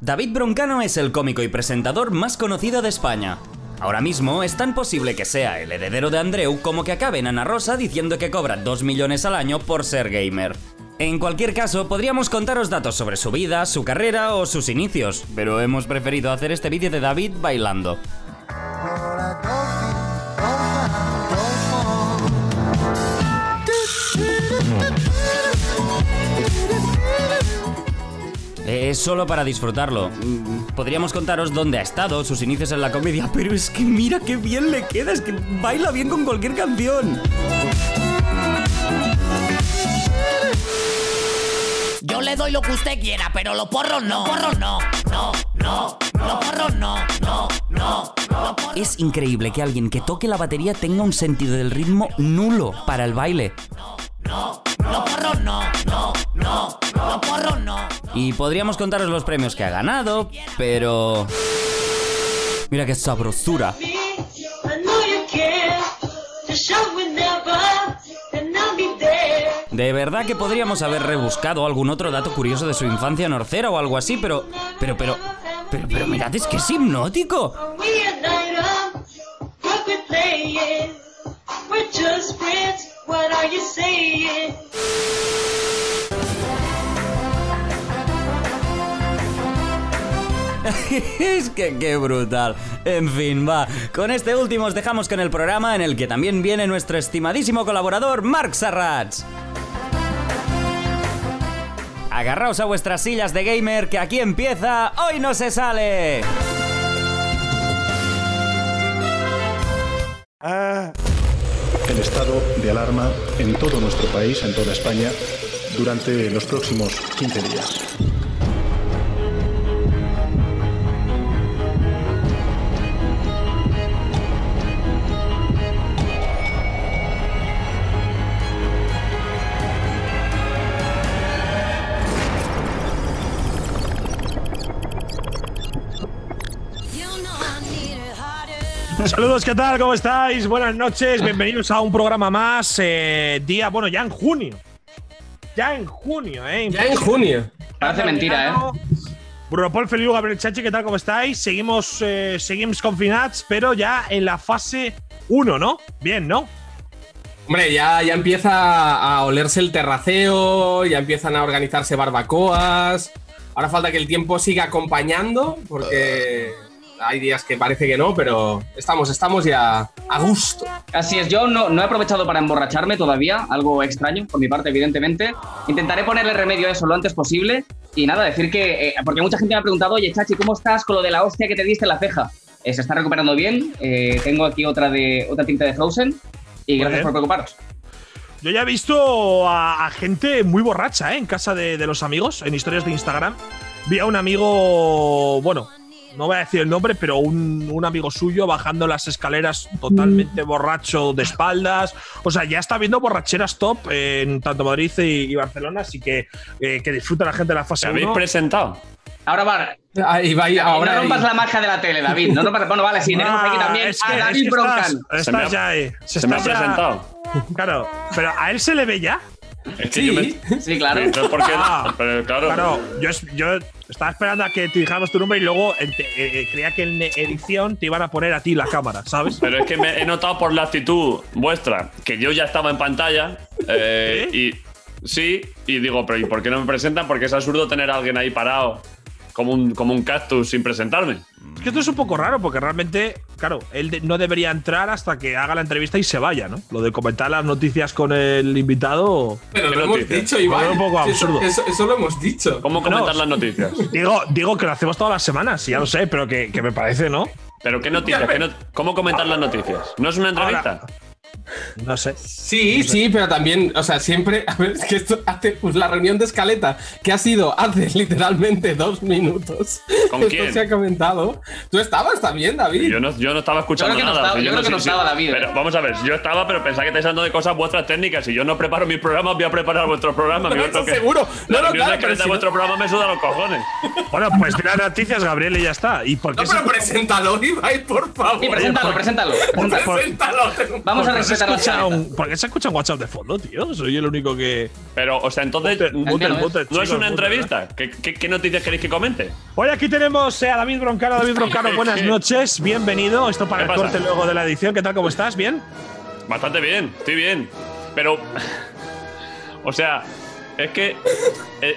David Broncano es el cómico y presentador más conocido de España. Ahora mismo es tan posible que sea el heredero de Andreu como que acabe en Ana Rosa diciendo que cobra 2 millones al año por ser gamer. En cualquier caso, podríamos contaros datos sobre su vida, su carrera o sus inicios, pero hemos preferido hacer este vídeo de David bailando. Es solo para disfrutarlo. Mm, Podríamos contaros dónde ha estado, sus inicios en la comedia, pero es que mira qué bien le queda, es que baila bien con cualquier canción. Yo le doy lo que usted quiera, pero los porros no. Los porros no. No, no. Los porros no. No, no. Los porros- Es increíble que alguien que toque la batería tenga un sentido del ritmo nulo para el baile. Los porros no. No, no. Los porros no. Y podríamos contaros los premios que ha ganado, pero... Mira qué sabrosura. I know you care. The show will never, and I'll be there. De verdad que podríamos haber rebuscado algún otro dato curioso de su infancia en Orcera o algo así, pero... Pero, pero... Pero, pero mirad, es que es hipnótico. Are we a night up? What we're playing? We're just friends. What are you saying? es que qué brutal. En fin, va. Con este último os dejamos con el programa en el que también viene nuestro estimadísimo colaborador, Marc Sarrats. Agarraos a vuestras sillas de gamer que aquí empieza Hoy no se sale. el estado de alarma en todo nuestro país, en toda España, durante los próximos 15 días. Saludos, ¿qué tal? ¿Cómo estáis? Buenas noches, bienvenidos a un programa más. eh, día, bueno, ya en junio. Ya en junio, ¿eh? Ya en junio. Parece mentira, ¿eh? Brupol, Feliu, Gabriel Chachi, ¿qué tal? ¿Cómo estáis? Seguimos, eh, seguimos confinados, pero ya en la fase 1, ¿no? Bien, ¿no? Hombre, ya, ya empieza a olerse el terraceo, ya empiezan a organizarse barbacoas. Ahora falta que el tiempo siga acompañando, porque hay días que parece que no, pero estamos, estamos ya a gusto. Así es, yo no, no he aprovechado para emborracharme todavía, algo extraño por mi parte, evidentemente. Intentaré ponerle remedio a eso lo antes posible. Y nada, decir que, eh, porque mucha gente me ha preguntado, oye, Chachi, ¿cómo estás con lo de la hostia que te diste en la ceja? Eh, se está recuperando bien, eh, tengo aquí otra, de, otra tinta de Frozen. Y Muy gracias bien. por preocuparos. Yo ya he visto a, a gente muy borracha ¿eh? en casa de, de los amigos, en historias de Instagram. Vi a un amigo, bueno, no voy a decir el nombre, pero un, un amigo suyo bajando las escaleras Mm. totalmente borracho de espaldas. O sea, ya está viendo borracheras top en tanto Madrid y, y Barcelona, así que eh, que disfruta la gente de la fase 1. presentado? Ahora va, Ahí va, y Ah, ahora. no rompas y- la magia de la tele, David. No rompas, bueno, vale, sí, tenemos aquí también Ah, es que, a es David que Broncan. estás, Se me estás ha- ya ahí. Se, Se me ha estás ya- presentado. Claro, pero a él se le ve ya. Es que yo Sí. me- Sí, claro. Entonces, ¿por qué no? Ah, Pero claro. Claro, yo, es- yo estaba esperando a que te dijéramos tu nombre y luego eh, te- eh, eh, creía que en edición te iban a poner a ti la cámara, ¿sabes? Pero es que me he notado por la actitud vuestra que yo ya estaba en pantalla. eh, ¿Sí? Y sí, y digo, pero ¿y por qué no me presentan? Porque es absurdo tener a alguien ahí parado como un, como un cactus sin presentarme. Es que esto es un poco raro porque realmente, claro, él de- no debería entrar hasta que haga la entrevista y se vaya, ¿no? Lo de comentar las noticias con el invitado. Pero ¿Qué lo hemos noticias? dicho, Iván. Fue un poco Eso- absurdo. Eso, eso lo hemos dicho. ¿Cómo comentar No. las noticias? Digo, digo que lo hacemos todas las semanas, ya lo sé, pero que, que me parece, ¿no? ¿Pero qué noticias? ¿Qué no- ¿Cómo comentar las noticias? ¿No es una entrevista? No sé. Sí, sí, pero también, o sea, siempre, a ver, es que esto hace pues, la reunión de escaleta, que ha sido hace literalmente dos minutos. ¿Con Esto quién? se ha comentado. Tú estabas también, David. Yo no, yo no estaba escuchando Yo creo que no nada. estaba- si yo creo que no estaba David, ¿eh? Pero vamos a ver, yo estaba, pero pensaba que estáis hablando de cosas vuestras técnicas. Si yo no preparo mis programas, voy a preparar vuestros programas. Pero amigo, eso que- seguro. La No, no, reunión claro, de pero calidad si de no- vuestro programa me suda los cojones. Bueno, pues de las noticias, Gabriel, y ya está. ¿Y por qué No, pero se- preséntalo, Ibai, por favor. Sí, preséntalo, preséntalo. preséntalo. Preséntalo. Vamos a respetar apretar la escucha chaqueta. un- por qué se escucha un WhatsApp de fondo, tío? Soy el único que. Pero, o sea, entonces. Mute- mute- no es. mute, ¿No chicos, es una mute, entrevista? ¿Qué, qué, qué noticias queréis que comente? Hoy aquí tenemos eh, a David Broncano. David Broncano, buenas noches, bienvenido. Esto para ¿Qué el pasa? corte luego de la edición. ¿Qué tal? ¿Cómo estás? ¿Bien? Bastante bien, estoy bien. Pero. o sea, es que. eh,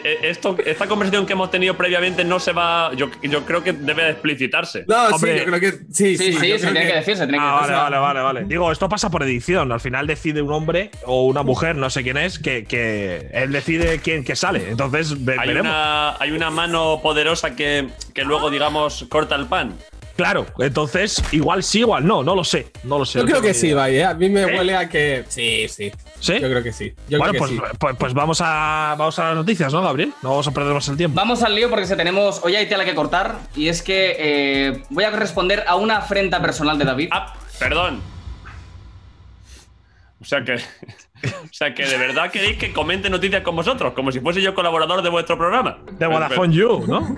eh, esto, esta conversación que hemos tenido previamente no se va. Yo, yo creo que debe explicitarse. No, Hombre. sí, yo creo que. Sí, Sí, sí, yo sí, se creo tiene que que- decir, se tiene que Ah, decir. vale, vale, vale, vale. Digo, esto pasa por edición. Al final decide un hombre o una mujer, no sé quién es, que, que él decide quién que sale. Entonces ve- Hay veremos. una, hay una mano poderosa que, que luego, digamos, corta el pan. Claro, entonces igual sí, igual no, no lo sé. No lo sé. Yo no creo tengo que ni sí, idea. Ibai, ¿eh? A mí me ¿Eh? huele a que. Sí, sí. ¿Sí? Yo creo que sí. Yo bueno, creo pues, que eh, sí. pues, pues vamos, a, vamos a las noticias, ¿no, Gabriel? No vamos a perder más el tiempo. Vamos al lío porque se tenemos. Hoy hay tela que cortar y es que eh, voy a responder a una afrenta personal de David. Ah, perdón. O sea que. O sea que de verdad queréis que comente noticias con vosotros, como si fuese yo colaborador de vuestro programa. De Vodafone You, ¿no?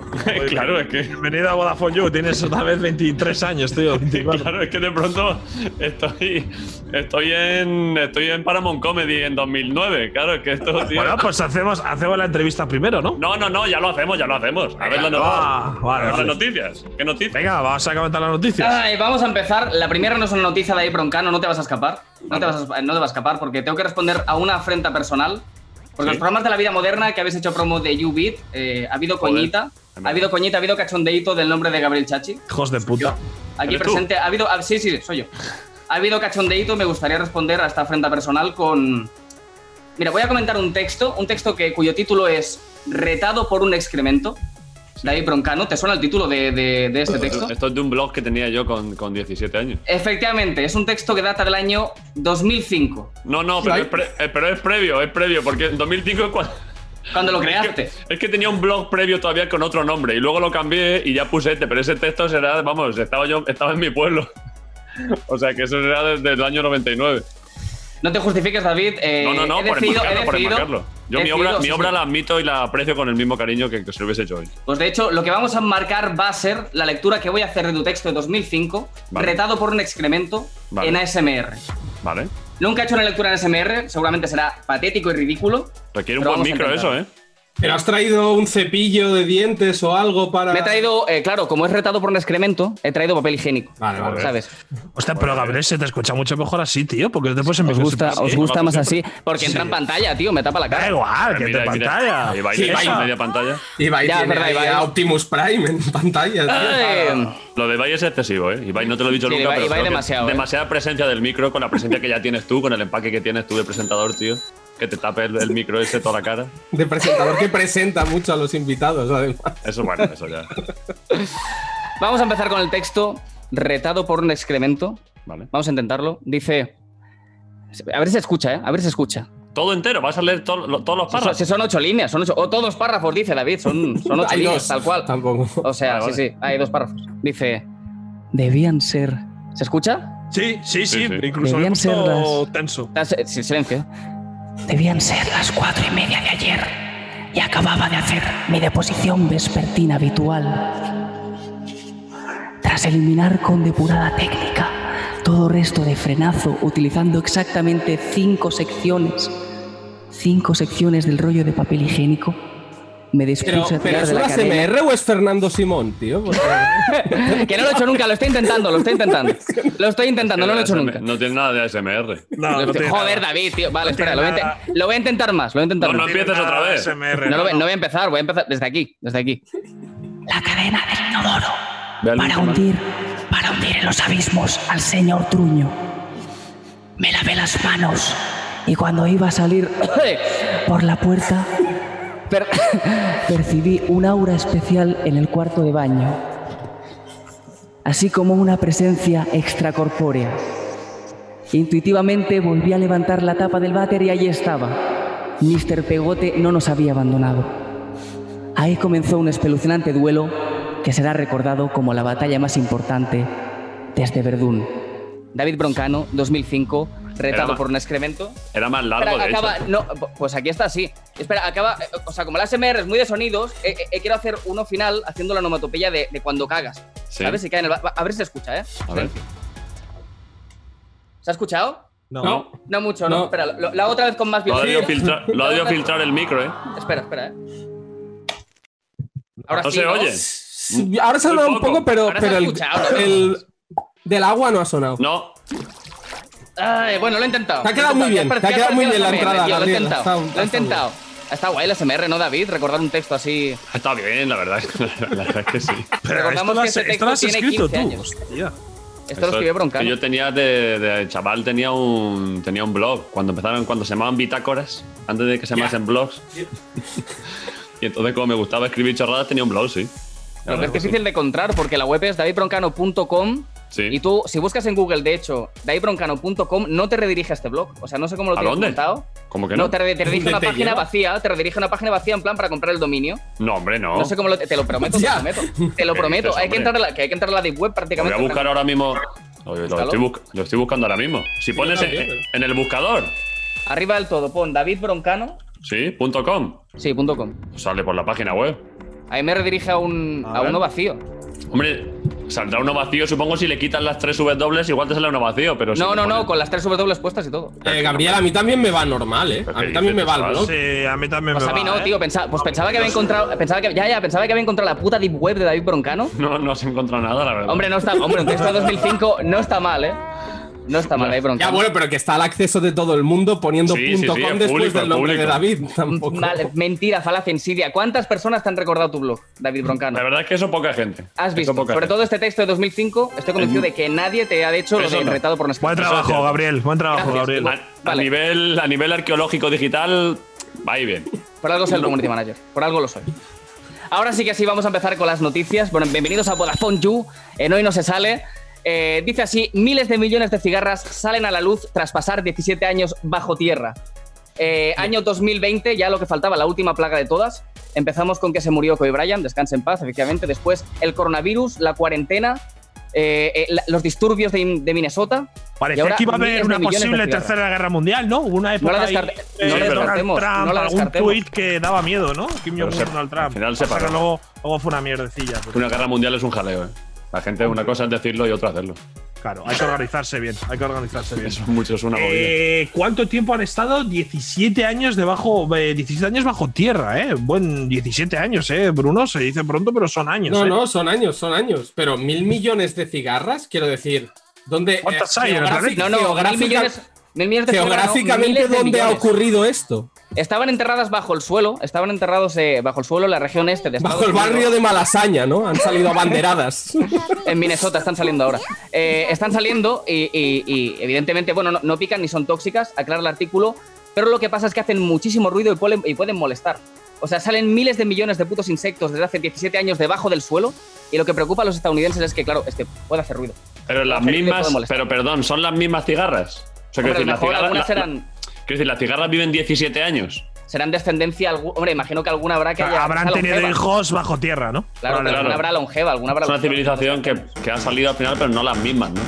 claro, es que. Bienvenido a Vodafone You. Tienes otra vez 23 años, tío. 24. Claro, es que de pronto estoy, estoy en estoy en Paramount Comedy en 2009. Claro, es que esto, tío. Bueno, pues hacemos, hacemos la entrevista primero, ¿no? No, no, no, ya lo hacemos, ya lo hacemos. pues, A ver las Ah, noticias. vale, A ver vale. las noticias. ¿Qué noticias? Venga, vamos a comentar las noticias. Ay, vamos a empezar. La primera no es una noticia de ahí broncano, no te vas a escapar. No te vas a, no te vas a escapar porque tengo que responder a una afrenta personal. Porque Sí. los programas de la vida moderna que habéis hecho promo de YouBeat, eh, ha habido Joder. coñita, ha habido coñita, ha habido cachondeíto del nombre de Gabriel Chachi. Hijos de puta. Aquí ¿Eres tú? presente, ha habido. ah, sí, sí, soy yo. Ha habido cachondeíto y me gustaría responder a esta afrenta personal con. Mira, voy a comentar un texto, un texto que, cuyo título es Retado por un excremento. David Broncano, ¿te suena el título de, de- de este texto? Esto es de un blog que tenía yo con, con 17 años. Efectivamente, es un texto que data del año 2005, No, no, pero es, pre- eh, pero es previo, es previo, porque en 2005 es cuando. cuando lo Es que, creaste. es que tenía un blog previo todavía con otro nombre y luego lo cambié y ya puse este, pero ese texto será, vamos, estaba yo estaba en mi pueblo. o sea que eso será desde el año 99. No te justifiques, David. eh, No, no, no, he por decidido- he enmarcarlo, por decidido- enmarcarlo. Yo he mi obra, decidido- mi sí, obra sí. la admito y la aprecio con el mismo cariño que, que se lo hubiese hecho hoy. Pues de hecho, lo que vamos a marcar va a ser la lectura que voy a hacer de tu texto de 2005, Vale. retado por un excremento Vale. en ASMR. ¿Vale? Nunca he hecho una lectura en ASMR, seguramente será patético y ridículo. Requiere un pero buen vamos a micro eso, intentarlo. ¿eh? ¿Pero has traído un cepillo de dientes o algo para.? Me he traído, eh, claro, como es retado por un excremento, he traído papel higiénico. Vale, vale. ¿Sabes? Hostia, pero Gabriel se te escucha mucho mejor así, tío, porque después se me Os gusta, os gusta Vamos más así. siempre. Porque entra en pantalla, tío, me tapa la Da cara. igual, Ah, que Mira, te mira. pantalla. Ahí va, ahí Sí, va, Ibai. en media pantalla. Ibai Ya, es tiene verdad, ahí Ibai. a Optimus Prime en pantalla. tío. Ay. Lo de Ibai es excesivo, ¿eh? Ibai no te lo he dicho Sí, nunca, Ibai- pero Ibai creo que demasiado, ¿eh? demasiada presencia del micro con la presencia que ya tienes tú, con el empaque que tienes tú de presentador, tío. Que te tape el, el micro ese toda la cara. De presentador que presenta mucho a los invitados, además. Eso, bueno, eso ya. Vamos a empezar con el texto retado por un excremento. Vale. Vamos a intentarlo. Dice. A ver si se escucha, ¿eh? A ver si se escucha. Todo entero, vas a leer to- lo- todos los Si son, párrafos. si son ocho líneas, son ocho. O todos párrafos, dice David. Son, son ocho Hay líneas, dos, tal cual. Tampoco. O sea, Vale, sí, sí, hay dos párrafos. Dice. Debían ser. ¿Se escucha? Sí, sí, sí, Sí, sí. incluso me he Debían ser puesto las- tenso. Ah, sí, sí, silencio. Debían ser las cuatro y media de ayer y acababa de hacer mi deposición vespertina habitual. Tras eliminar con depurada técnica todo resto de frenazo utilizando exactamente cinco secciones, cinco secciones del rollo de papel higiénico, me Pero, dispuse a pero tirar ¿es de un la cadena. ASMR o es Fernando Simón, tío? Porque- Mm. Que no lo he hecho nunca, lo estoy intentando, lo estoy intentando. Lo estoy intentando, no lo he hecho ASMR nunca. Eh, No tiene nada de ASMR. No, Lo no estoy- tiene Joder, nada. David, tío. Vale, espera, tiene lo voy, a nada. inte- lo voy a intentar más, lo voy a intentar No, más. no empieces otra vez. ASMR, No lo voy- no. no voy a empezar, voy a empezar desde aquí, desde aquí. La cadena del inodoro Ve al para micro, hundir, para hundir en los abismos al señor Truño. Me lavé las manos y cuando iba a salir por la puerta Per- percibí un aura especial en el cuarto de baño, así como una presencia extracorpórea. Intuitivamente volví a levantar la tapa del váter y allí estaba. Mr. Pegote no nos había abandonado. Ahí comenzó un espeluznante duelo que será recordado como la batalla más importante desde Verdún. David Broncano, 2005, retado Era- por un excremento. Era más largo, Espera, de hecho. acaba, no, pues aquí está, sí. Espera, acaba, eh, o sea, como la ASMR es muy de sonidos, eh, eh, eh, quiero hacer uno final haciendo la onomatopeya de, de cuando cagas. Sí. A ver si cae en el, ba- a ver si se escucha, ¿eh? A ver. ¿Se ha escuchado? No. No. No mucho, no. No. Espera, lo- la otra vez con más Lo ha debido violencia. filtrar, lo ha debido filtrar el micro, ¿eh? Espera, espera, eh. Ahora No sí, se ¿no? oye. Sí, Ahora se ha Muy hablado un poco. poco, pero, Ahora se pero ha el, escuchado, ¿no? el- del agua no ha sonado. No, Ay, bueno, lo he intentado. Te ha quedado Lo he muy bien, intentado. te ha quedado muy bien la SMR, entrada, tío, Lo he Gabriel. intentado. Está- Lo he está intentado. Está guay el SMR, ¿no, David? Recordar un texto así. está bien, la verdad. La verdad es que sí. Pero esto Recordamos lo que has, ese esto lo has texto tiene escrito 15 tú. años. Hostia. Esto lo Eso escribió es. Broncano. Yo tenía de, de chaval tenía un tenía un blog cuando empezaron cuando se llamaban bitácoras antes de que se llamasen blogs. y entonces como me gustaba escribir chorradas tenía un blog, sí. La Lo que verdad es que sí. difícil de encontrar porque la web es davidbroncano.com Sí. y tú, si buscas en Google, de hecho, davidbroncano.com, no te redirige a este blog. O sea, no sé cómo lo ¿A tienes dónde? montado. ¿Cómo que no? no? te redirige ¿Dónde a una te página lleva? vacía, te redirige a una página vacía en plan para comprar el dominio. No, hombre, no. No sé cómo lo, te lo prometo, te Ya. lo prometo. Te lo ¿Qué prometo. dices, Hay que, Oh. hombre? entrar a la, que hay que entrar a la deep web Lo voy prácticamente. a buscar ahora mismo. Lo, lo Búscalo. estoy, busc- lo estoy buscando ahora mismo. Si pones también, en, pero- en el buscador, Arriba del todo, pon davidbroncano. sí, punto .com, Sí, punto com. sale por la página web. Ahí me redirige a, un, A a ver. uno vacío. Hombre, saldrá uno vacío, supongo si le quitas las tres W igual te sale uno vacío, pero si No, le no, no, pones- con las tres W puestas y todo. Eh, Gabriel, a mí también me va normal, ¿eh? Pero A qué mí también me dices, va el chaval. blog. Sí, a mí también Pues me a mí va, no, ¿eh? tío. Pensaba, pues pensaba que había encontrado. Pensaba que, ya, ya, pensaba que había encontrado la puta deep web de David Broncano. No, no has encontrado nada, la verdad. Hombre, no está. Hombre, un texto de 2005 no está mal, ¿eh? No está mal, David Ya, Broncano. bueno, pero que está al acceso de todo el mundo poniendo Sí, sí, sí, punto com es después público, del nombre es de David. Tampoco. Vale, mentira, falacia, insidia. ¿Cuántas personas te han recordado tu blog, David Broncano? La verdad es que eso poca gente. Has Eso visto, poca sobre gente. todo este texto de 2005, estoy convencido de que nadie te ha hecho lo Eso del no. retado por una escritura. Buen trabajo, cierto. Gabriel. Buen trabajo, Gracias, Gabriel. tío. A, a Vale. nivel, a nivel arqueológico digital, va ahí bien. Por algo soy el community manager, por algo lo soy. Ahora sí que sí, vamos a empezar con las noticias. Bueno, bienvenidos a Vodafone You, en Hoy No Se Sale. Eh, dice así, miles de millones de cigarras salen a la luz tras pasar 17 años bajo tierra. Eh, año 2020, ya lo que faltaba, la última plaga de todas. Empezamos con que se murió Kobe Bryant, descanse en paz, efectivamente. Después el coronavirus, la cuarentena, eh, eh, la- los disturbios de, de Minnesota. Y Parecía ahora que iba a miles haber de una millones de posible cigarros. tercera guerra mundial, ¿no? Hubo una época la ahí, descarte- eh, no la Donald descartemos, Trump, no la algún descartemos. tuit que daba miedo, ¿no? Kim Pero Jong-un, se- Donald Trump. al final se Pasa que paró. luego, luego fue una mierdecilla. pero- Una guerra mundial es un jaleo, ¿eh? La gente, una cosa es decirlo y otra hacerlo. Claro, hay que organizarse bien. Hay que organizarse bien. Eso es mucho, es una movida. Eh, ¿Cuánto tiempo han estado? 17 años debajo, eh, 17 años bajo tierra, ¿eh? Buen 17 años, ¿eh? Bruno, se dice pronto, pero son años. No, ¿eh? no, son años, son años. Pero mil millones de cigarras, quiero decir. ¿Dónde, ¿Cuántas hay en el geográfica- planeta? No, no, mil geográfica- millones, mil millones de cigarras, no, geográficamente, miles de ¿dónde ha millones. ocurrido esto? Estaban enterradas bajo el suelo, estaban enterrados eh, bajo el suelo en la región este de Estados Bajo el barrio Unidos. de Malasaña, ¿no? Han salido abanderadas. En Minnesota están saliendo ahora. Eh, están saliendo y, y- y, evidentemente, bueno, no, no pican ni son tóxicas, aclara el artículo, pero lo que pasa es que hacen muchísimo ruido y pueden, y pueden molestar. O sea, salen miles de millones de putos insectos desde hace 17 años debajo del suelo y lo que preocupa a los estadounidenses es que, claro, es que puede hacer ruido. Pero las gente mismas. puede molestar. Pero perdón, son las mismas cigarras. O sea, quiero Hombre, a lo decir, las mejor cigarras. algunas la- serán, quiero decir, las cigarras viven 17 años. serán descendencia, algu- hombre, imagino que alguna habrá O que sea, haya- Habrán sea tenido longeva. hijos bajo tierra, ¿no? Vale, Claro, pero claro. alguna habrá longeva, alguna habrá Es una longeva. civilización que, que ha salido al final, pero no las mismas, ¿no?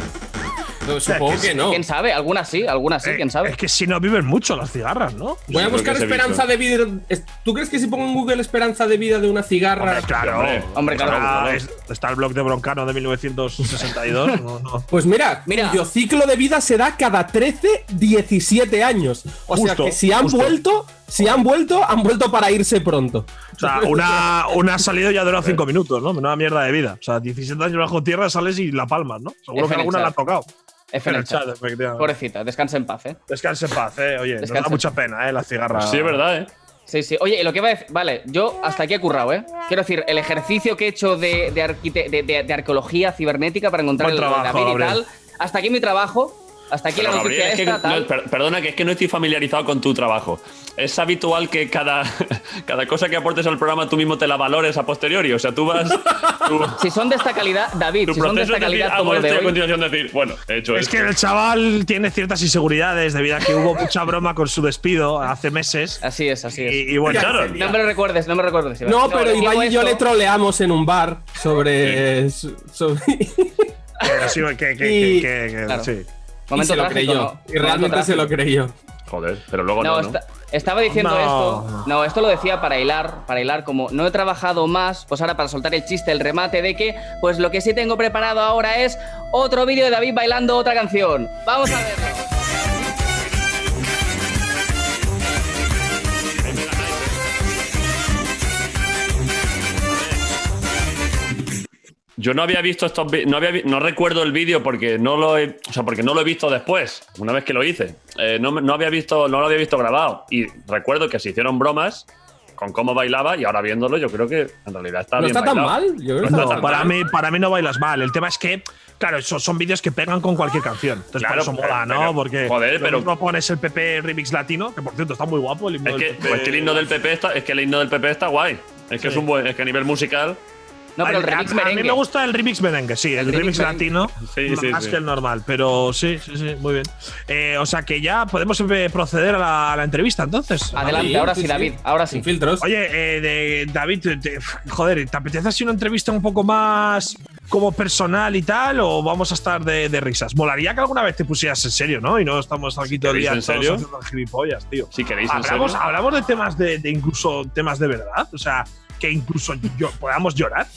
No, Supongo que no. ¿Quién sabe? Algunas sí, algunas sí, Eh, quién sabe. Es que si no viven mucho las cigarras, ¿no? Voy a Yo creo buscar que se esperanza de vida. es- ¿Tú crees que si pongo en Google esperanza de vida de una cigarra? Hombre, claro. hombre. Hombre, claro. Está, es- está el blog de Broncano de 1962. no, no. Pues mira, Mira. cuyo ciclo de vida se da cada 13, 17 años. O Justo, sea que si han justo. vuelto, si han vuelto, han vuelto para irse pronto. O sea, una, una salida ya duró 5 minutos, ¿no? Una mierda de vida. O sea, 17 años bajo tierra sales y la palmas, ¿no? Seguro que F en el alguna chat. la ha tocado. F en el chat. efectivamente. Pobrecita, descansa en paz, ¿eh? Descanse en paz, eh. Oye, nos Descanse. da mucha pena, eh, la cigarra. Sí, es verdad, ¿eh? Sí, sí. Oye, y lo que va a decir. Vale, yo hasta aquí he currado, ¿eh? Quiero decir, el ejercicio que he hecho de, de, arquite- de- de- de arqueología cibernética para encontrar Buen el trabajo, David y Gabriel. tal. Hasta aquí mi trabajo. Hasta aquí Pero, la Gabriel, noticia es que esta, tal. no, per- perdona, que es que no estoy familiarizado con tu trabajo. Es habitual que cada, cada cosa que aportes al programa tú mismo te la valores a posteriori. O sea, tú vas. tú- Si son de esta calidad, David, tu si son de proceso esta es decir, "Ah, calidad como hago esto el y de a hoy. continuación decir, bueno, he hecho Es esto. que el chaval tiene ciertas inseguridades debido a que hubo mucha broma con su despido hace meses. Así es, así es. Y, y bueno, Claro. no, No me lo recuerdes, no me lo recuerdes. Iván. No, pero digo Ibai y yo esto- le troleamos en un bar sobre. so- pero sí, que, que, que, que- Y- que- Claro. sí. y Momento se lo trágico, creyó. ¿no? Y realmente Momento se lo trágico. creyó. Joder, pero luego No, no. ¿no? esta- estaba diciendo No. esto. No, esto lo decía para hilar, para hilar como no he trabajado más, pues ahora para soltar el chiste, el remate de que, pues lo que sí tengo preparado ahora es otro vídeo de David bailando otra canción. Vamos a verlo. Yo no había visto estos vi- no había vi- no recuerdo el vídeo porque no lo he, o sea, porque no lo he visto después, una vez que lo hice. Eh, no, me- no había visto no lo había visto grabado y recuerdo que se hicieron bromas con cómo bailaba y ahora viéndolo yo creo que en realidad está No bien está tan bailado. mal. Yo creo que No está está tan Para mal. mí, para mí no bailas mal. El tema es que, claro, eso son vídeos que pegan con cualquier canción. Entonces, Claro, por eso pero- mola, ¿no? pero- Porque joder, lo pero- mismo pones el PP Remix Latino, que por cierto está muy guapo el himno Es del que, PP. pues que el himno del PP está es que el himno del PP está guay. Es que es un buen es que a nivel musical No, pero el A- a- remix A mí merengue. me gusta el remix merengue, sí, el, remix, remix merengue. latino. Sí, sí, más sí. que el normal, pero sí, sí, sí, muy bien. Eh, o sea que ya podemos eh, proceder a la, a la entrevista entonces. Adelante, ahora sí, David, ahora sí. Sin filtros. Oye, eh, de- David, te- te- joder, ¿te apetece así una entrevista un poco más como personal y tal? ¿O vamos a estar de, de risas? Molaría que alguna vez te pusieras en serio, ¿no? Y no estamos aquí todo el queréis día en todos serio. haciendo gilipollas, tío. si queréis en serio. Hablamos, hablamos de temas de, de incluso temas de verdad, o sea, que incluso yo- podamos llorar.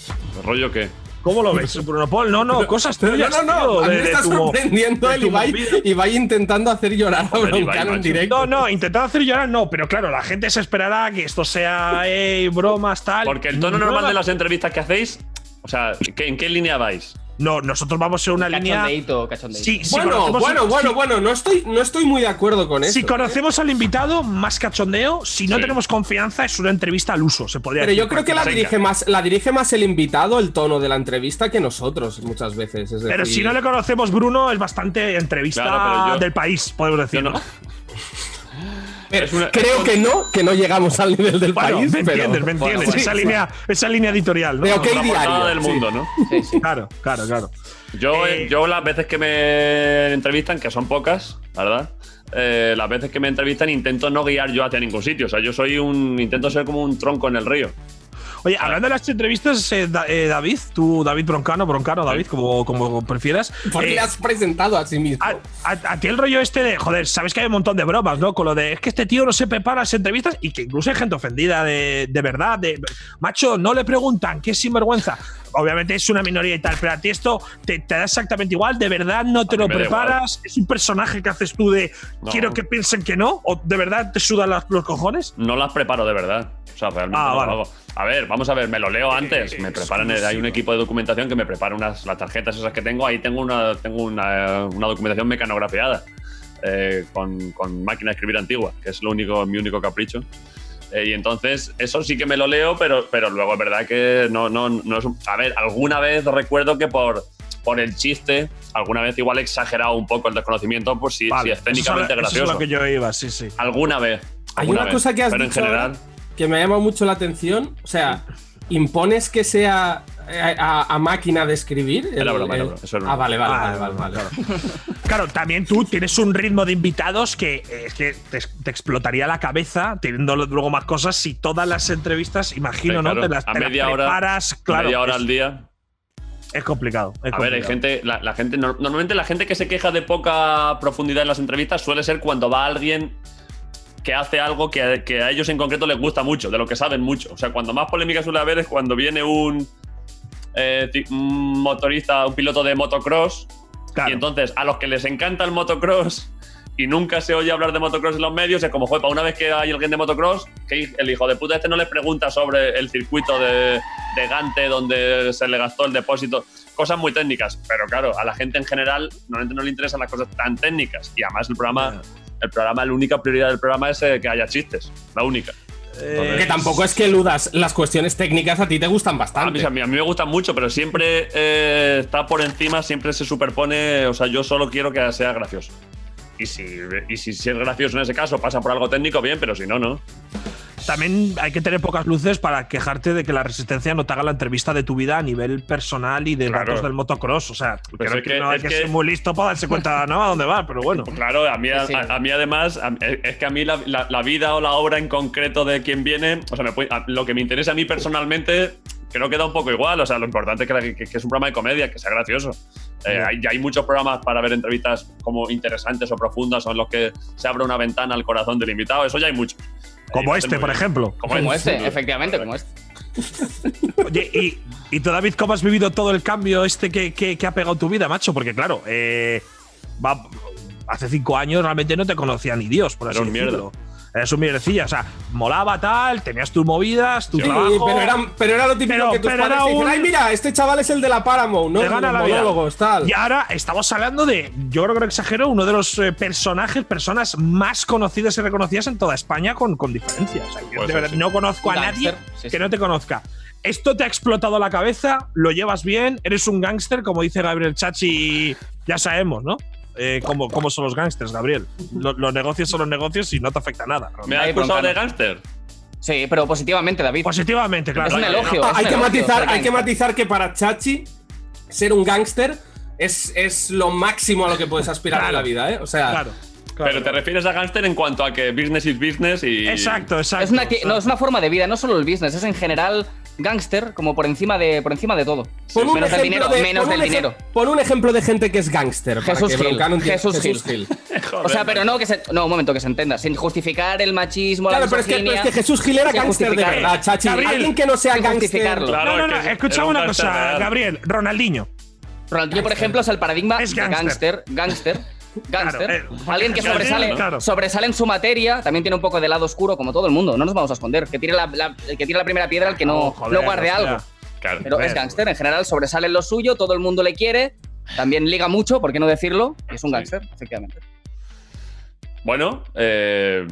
rollo que ¿Cómo lo ves, Bruno Paul? No, no, cosas Pero tuyas, no, no, tío, no. A mí de- me de está tu mo- sorprendiendo de el tu Ibai, movida. Ibai intentando hacer llorar a Joder, Ibai, Broncano macho. en directo. No, no, intentar hacer llorar no, pero claro, la gente se esperará que esto sea ey, bromas, tal. porque el tono No, normal no, de las entrevistas que hacéis, o sea, ¿qué- ¿en qué línea vais? No, nosotros vamos en una línea… Cachondeíto, cachondeíto. Sí, sí, bueno, conocemos- bueno, sí, bueno, bueno, no estoy, no estoy muy de acuerdo con eso. ¿eh? Si conocemos al invitado, más cachondeo. Si no Sí. tenemos confianza, es una entrevista al uso, se podría Pero decir. yo creo que la Venga. dirige más, la dirige más el invitado, el tono de la entrevista que nosotros muchas veces. es Pero decir- si no le conocemos, Bruno, es bastante entrevista Claro, pero yo- del país, podemos Yo decir. no- ¿no? Pero es una- creo que no, que no llegamos al nivel del Bueno, país. me pero- entiendes, me entiendes. Bueno, bueno, esa, sí. línea, esa línea editorial, ¿no? De OK la portada Diario. del sí. mundo, ¿no? Sí, sí. Claro, claro, claro. Yo, Eh, yo las veces que me entrevistan, que son pocas, la ¿verdad? Eh, las veces que me entrevistan intento no guiar yo hacia ningún sitio. O sea, yo soy un. intento ser como un tronco en el río. Oye, hablando de las entrevistas, eh, Da- eh, David, tú, David Broncano, Broncano, David, como, como prefieras. ¿Por qué eh, ah, le has presentado a sí mismo? a, a- a ti el rollo este de, joder, sabes que hay un montón de bromas, ¿no? Con lo de, es que este tío no se prepara las entrevistas y que incluso hay gente ofendida de, de verdad, de, macho, no le preguntan, qué sinvergüenza. Obviamente es una minoría y tal, pero a ti esto te, te da exactamente igual, de verdad no te mí lo me da preparas, es un personaje que haces tú de, No. quiero que piensen que no, o de verdad te sudan las- los cojones. No las preparo de verdad. O sea, realmente Ah, no lo vale. hago. A ver, vamos a ver, me lo leo antes. Me preparan, hay un equipo de documentación que me prepara unas, las tarjetas esas que tengo. Ahí tengo una, tengo una, una documentación mecanografiada eh, con, con máquina de escribir antigua, que es lo único, mi único capricho. Eh, y entonces, eso sí que me lo leo, pero, pero luego es verdad que no, no, no es un- A ver, alguna vez recuerdo que por, por el chiste, alguna vez igual he exagerado un poco el desconocimiento, pues sí, sí, Vale, eso es a- escénicamente eso es gracioso. lo que yo iba, sí, sí. Alguna vez. Hay alguna una vez. cosa que has pero dicho en general. ahora que me ha llamado mucho la atención. O sea, impones que sea eh, a, a máquina de escribir. Era El- broma, era el- broma, eso era Ah, broma. vale, vale, Ah, vale, vale, vale. Claro, también tú tienes un ritmo de invitados que, eh, es que te, te explotaría la cabeza teniendo luego más cosas si todas las entrevistas, imagino, Sí, ¿no? claro. Te las, A te las media hora- preparas, claro. media hora es, al día. es complicado. es A ver, hay complicado. gente, la, la gente no- normalmente la gente que se queja de poca profundidad en las entrevistas suele ser cuando va alguien que hace algo que, a- que a ellos en concreto les gusta mucho, de lo que saben mucho. O sea, cuando más polémica suele haber es cuando viene un, eh, ti- un motorista, un piloto de motocross, Claro. y entonces a los que les encanta el motocross y nunca se oye hablar de motocross en los medios, es como, joder, pa' una vez que hay alguien de motocross, que el hijo de puta este no les pregunta sobre el circuito de, de Gante donde se le gastó el depósito. Cosas muy técnicas, pero claro, a la gente en general normalmente no le interesan las cosas tan técnicas. Y además el programa, el programa, la única prioridad del programa es eh, que haya chistes. La única. Entonces- Que tampoco es que eludas las cuestiones técnicas, a ti te gustan a mí, bastante. a mí- a mí me gustan mucho, pero siempre eh, está por encima, siempre se superpone. O sea, yo solo quiero que sea gracioso. Y si, y si, si es gracioso en ese caso, pasa por algo técnico, bien, pero si no, no. También hay que tener pocas luces para quejarte de que la resistencia no te haga la entrevista de tu vida a nivel personal y de Claro. Pues datos del motocross. O sea, creo es que, que- no hay es que, que- ser muy listo para darse cuenta ¿no? a dónde va, pero bueno. Pues Claro, a mí, a, Sí. a mí además, a- es que a mí la, la- la vida o la obra en concreto de quien viene, o sea, me puede- a- lo que me interesa a mí personalmente, creo que da un poco igual. O sea, lo importante es que, la- que- que es un programa de comedia, que sea gracioso. Eh, hay, ya hay muchos programas para ver entrevistas como interesantes o profundas, o en los que se abre una ventana al corazón del invitado. Eso ya hay muchos. Como Y este, muy por bien. ejemplo. Como sin este, duda. efectivamente, como este. Oye, y, y tú, David, ¿cómo has vivido todo el cambio este que, que- que ha pegado tu vida, macho? Porque, claro, eh, va- hace cinco años realmente no te conocía ni Dios, por así Era un decirlo. Era su milloncilla, o sea, molaba tal, tenías tus movidas, tu Sí, trabajo. pero, era, pero era lo típico Pero- que tus pero padres era te dicen, un- ay, mira, este chaval es el de la Paramount, ¿no? Te gana Los la vida. monólogos, tal. Y ahora estamos hablando de, yo creo que no exagero, uno de los eh, personajes, personas más conocidas y reconocidas en toda España con, con diferencia. O sea, yo Pues de sí, verdad sí. no conozco a nadie Gángster, sí, que sí. no te conozca. Esto te ha explotado la cabeza, lo llevas bien, eres un gángster, como dice Gabriel Chachi, ya sabemos, ¿no? Eh, cómo, cómo son los gángsters, Gabriel. Lo- los negocios son los negocios y no te afecta nada. Me has Ahí, expulsado broncano. de gángster. Sí, pero positivamente, David. Pues Positivamente, claro. es un vale, elogio. Ah, es hay, un que elogio, matizar, ser hay que gangster. matizar que para Chachi ser un gángster es, es lo máximo a lo que puedes aspirar en la vida, ¿eh? O sea, Claro, claro. Pero te refieres a gángster en cuanto a que business is business y. Exacto, exacto. Es una, que- exacto. no, es una forma de vida, no solo el business, es en general gángster como por encima de, por encima de todo. pon un menos del ejemplo dinero, de- menos pon un del ejem- dinero. Pon un ejemplo de gente que es gángster. para Jesús que Gil, Broncano entienda- Jesús Gil. O sea, pero no que se, no, un momento que se entienda, sin justificar el machismo, Claro, la pero es, que, pero es misoginia. que Jesús Gil era sin gángster de justificarlo. verdad, Chachi. Gabriel, Alguien que no sea sin gángster. justificarlo. Claro, no, no, es no, que escucha era un una gángster cosa, real. Gabriel. Ronaldinho. Ronaldinho, por ejemplo, es el paradigma Es de gángster. gángster, gángster, gángster. eh, porque Alguien que Jesús Gil, sobresale, claro. sobresale en su materia, también tiene un poco de lado oscuro, como todo el mundo. No nos vamos a esconder. Que tire la, la- el que tire la primera piedra, el que no, Oh, joder, no guarde hostia. algo. Claro. Pero es gángster, en general sobresale en lo suyo, todo el mundo le quiere, también liga mucho, ¿por qué no decirlo? Y es un gángster, efectivamente. Bueno, eh,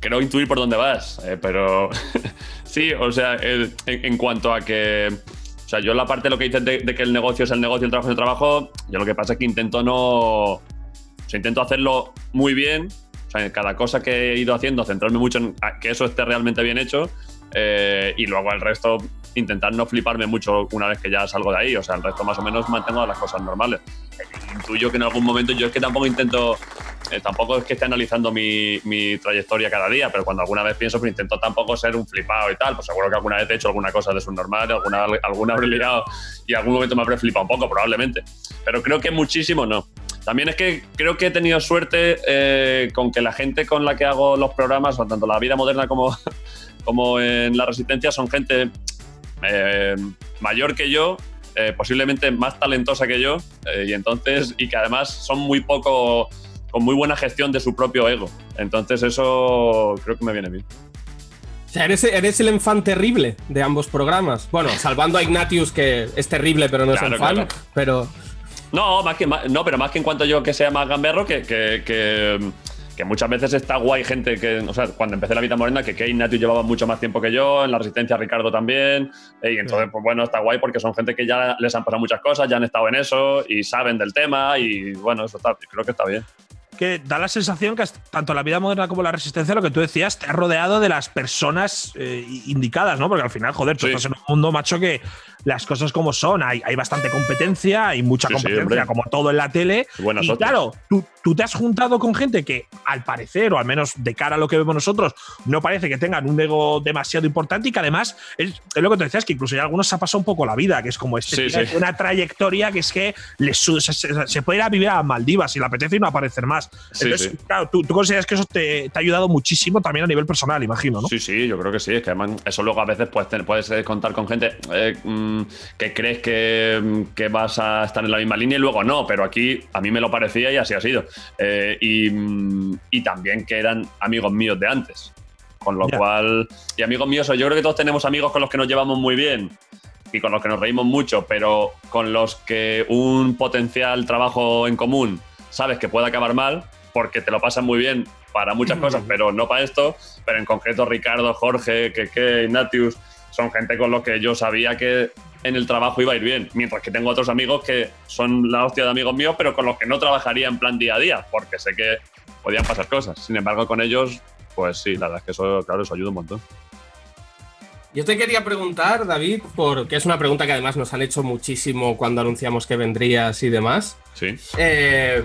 creo intuir por dónde vas, eh, pero sí, o sea, el- en, en cuanto a que, o sea, yo la parte de lo que dices de, de que el negocio es el negocio, el trabajo es el trabajo, yo lo que pasa es que intento no, o sea, intento hacerlo muy bien, o sea, en cada cosa que he ido haciendo, centrarme mucho en a- que eso esté realmente bien hecho eh, y luego el resto intentar no fliparme mucho una vez que ya salgo de ahí, o sea, el resto más o menos mantengo las cosas normales. Intuyo que en algún momento yo es que tampoco intento, eh, tampoco es que esté analizando mi, mi trayectoria cada día, pero cuando alguna vez pienso, pues intento tampoco ser un flipado y tal, pues seguro que alguna vez he hecho alguna cosa de subnormal, alguna, alguna habré ligado y en algún momento me habré flipado un poco, probablemente. Pero creo que muchísimo no. También es que creo que he tenido suerte eh, con que la gente con la que hago los programas, o tanto la vida moderna como, como en la resistencia, son gente eh, mayor que yo, eh, posiblemente más talentosa que yo, eh, y entonces, y que además son muy poco, con muy buena gestión de su propio ego. Entonces eso creo que me viene bien. O sea, eres, eres el enfant terrible de ambos programas. Bueno, salvando a Ignatius, que es terrible, pero no Claro, es enfant. claro. Pero. No, más que, más- no, pero más que en cuanto yo que sea más gamberro, que, que, que, que muchas veces está guay gente que, o sea, cuando empecé la vida morena, que Kane Natu llevaba mucho más tiempo que yo, en la resistencia Ricardo también, eh, y entonces, pues bueno, está guay porque son gente que ya les han pasado muchas cosas, ya han estado en eso y saben del tema y bueno, eso está, creo que está bien. que da la sensación que has- tanto la vida moderna como la resistencia, lo que tú decías, te ha rodeado de las personas eh, i- indicadas, ¿no? Porque al final, joder, tú Sí. estás en un mundo, macho, que las cosas como son, hay, hay bastante competencia, hay mucha Sí, sí, competencia, hombre. como todo en la tele. Y buenas y otras. claro, tú, tú te has juntado con gente que, al parecer, o al menos de cara a lo que vemos nosotros, no parece que tengan un ego demasiado importante y que además, es, es lo que te decías, que incluso ya a algunos se ha pasado un poco la vida, que es como este Sí, tío sí. tiene una trayectoria que es que les su- se, se- se puede ir a vivir a Maldivas si le apetece y no aparecer más. Sí, Entonces, sí. claro, tú, tú consideras que eso te, te ha ayudado muchísimo también a nivel personal, imagino, ¿no? Sí, sí, yo creo que sí. Es que además eso luego a veces puedes, tener- puedes eh, contar con gente eh, mm, que crees que, mm, que vas a estar en la misma línea y luego no, pero aquí a mí me lo parecía y así ha sido. Eh, y, mm, y también que eran amigos míos de antes. Con lo Ya. cual, y amigos míos, yo creo que todos tenemos amigos con los que nos llevamos muy bien y con los que nos reímos mucho, pero con los que un potencial trabajo en común sabes que puede acabar mal, porque te lo pasan muy bien para muchas cosas, pero no para esto, pero en concreto Ricardo, Jorge, Keke, Ignatius, son gente con los que yo sabía que en el trabajo iba a ir bien, mientras que tengo otros amigos que son la hostia de amigos míos, pero con los que no trabajaría en plan día a día, porque sé que podían pasar cosas. Sin embargo, con ellos, pues sí, la verdad es que eso, claro, eso ayuda un montón. Yo te quería preguntar, David, porque es una pregunta que además nos han hecho muchísimo cuando anunciamos que vendrías y demás. Sí. Eh,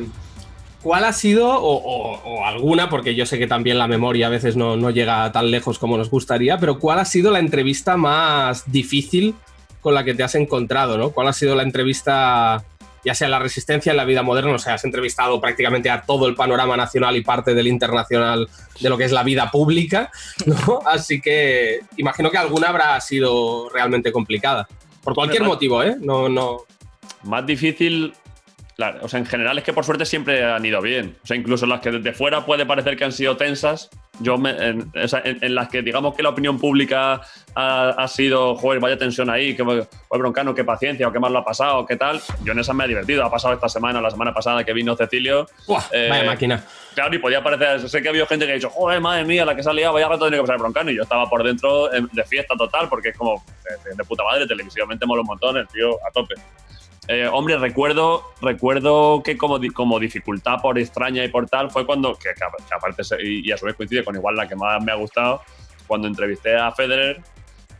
¿Cuál ha sido, o, o- o alguna, porque yo sé que también la memoria a veces no, no llega tan lejos como nos gustaría, pero cuál ha sido la entrevista más difícil con la que te has encontrado? ¿no? ¿Cuál ha sido la entrevista, ya sea en la resistencia, en la vida moderna? O sea, has entrevistado prácticamente a todo el panorama nacional y parte del internacional de lo que es la vida pública, ¿no? Así que imagino que alguna habrá sido realmente complicada. Por cualquier Hombre, motivo, ¿eh? No, no. más difícil. la- o sea, en general es que por suerte siempre han ido bien. O sea, incluso las que desde fuera puede parecer que han sido tensas, yo me- en, o sea, en- en las que digamos que la opinión pública ha, ha sido, joder, vaya tensión ahí, que joder, broncano, qué paciencia, o qué mal lo ha pasado, qué tal, yo en esas me he divertido. Ha pasado esta semana, la semana pasada que vino Cecilio. Buah, eh, vaya máquina. Claro, y podía parecer, sé que ha habido gente que ha dicho, joder, madre mía, la que se ha liado, vaya rato tiene que pasar broncano. Y yo estaba por dentro eh, de fiesta total, porque es como eh, de, de- de puta madre, televisivamente mola un montón, el tío a tope. Eh, hombre, recuerdo, recuerdo que como, di- como dificultad por extraña y por tal fue cuando, que, que a- que aparte se- y, y a su vez coincide con igual la que más me ha gustado, cuando entrevisté a Federer,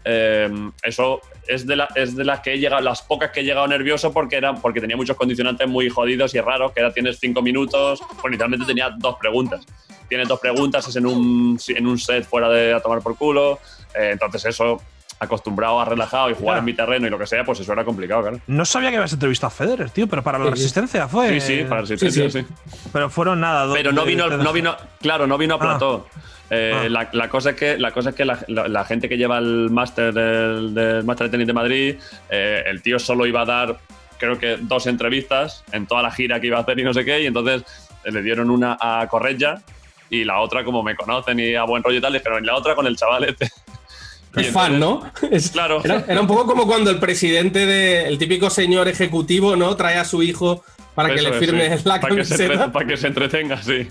eh, eso es de, la- es de las que he llegado, las pocas que he llegado nervioso porque, era, porque tenía muchos condicionantes muy jodidos y raros, que era tienes cinco minutos, bueno, inicialmente tenía dos preguntas. Tienes dos preguntas, es en un, en un set fuera de a tomar por culo, eh, entonces eso acostumbrado a relajado y jugar Ya. en mi terreno y lo que sea, pues eso era complicado, claro. No sabía que habías entrevistado a Federer, tío, pero para la Sí, sí. resistencia fue. Sí, sí, para resistencia, Eh, sí, sí. sí. Pero fueron nada. dos- Pero no de- vino, de- no vino, claro, no vino a Ah. plató. Eh, Ah. la, la cosa es que la cosa es que la, la- la gente que lleva el máster del, del máster de tenis de Madrid, eh, el tío solo iba a dar, creo que dos entrevistas en toda la gira que iba a hacer y no sé qué, y entonces eh, le dieron una a Correggio y la otra como me conocen y a buen rollo y tal, dijeron, y la otra con el chaval este. Y Es fan, ¿no? Es- Claro. Era, era un poco como cuando el presidente de, el típico señor ejecutivo, ¿no? Trae a su hijo para que Eso le es, firme sí. la Para que se entre- camiseta. Para que se entretenga, sí.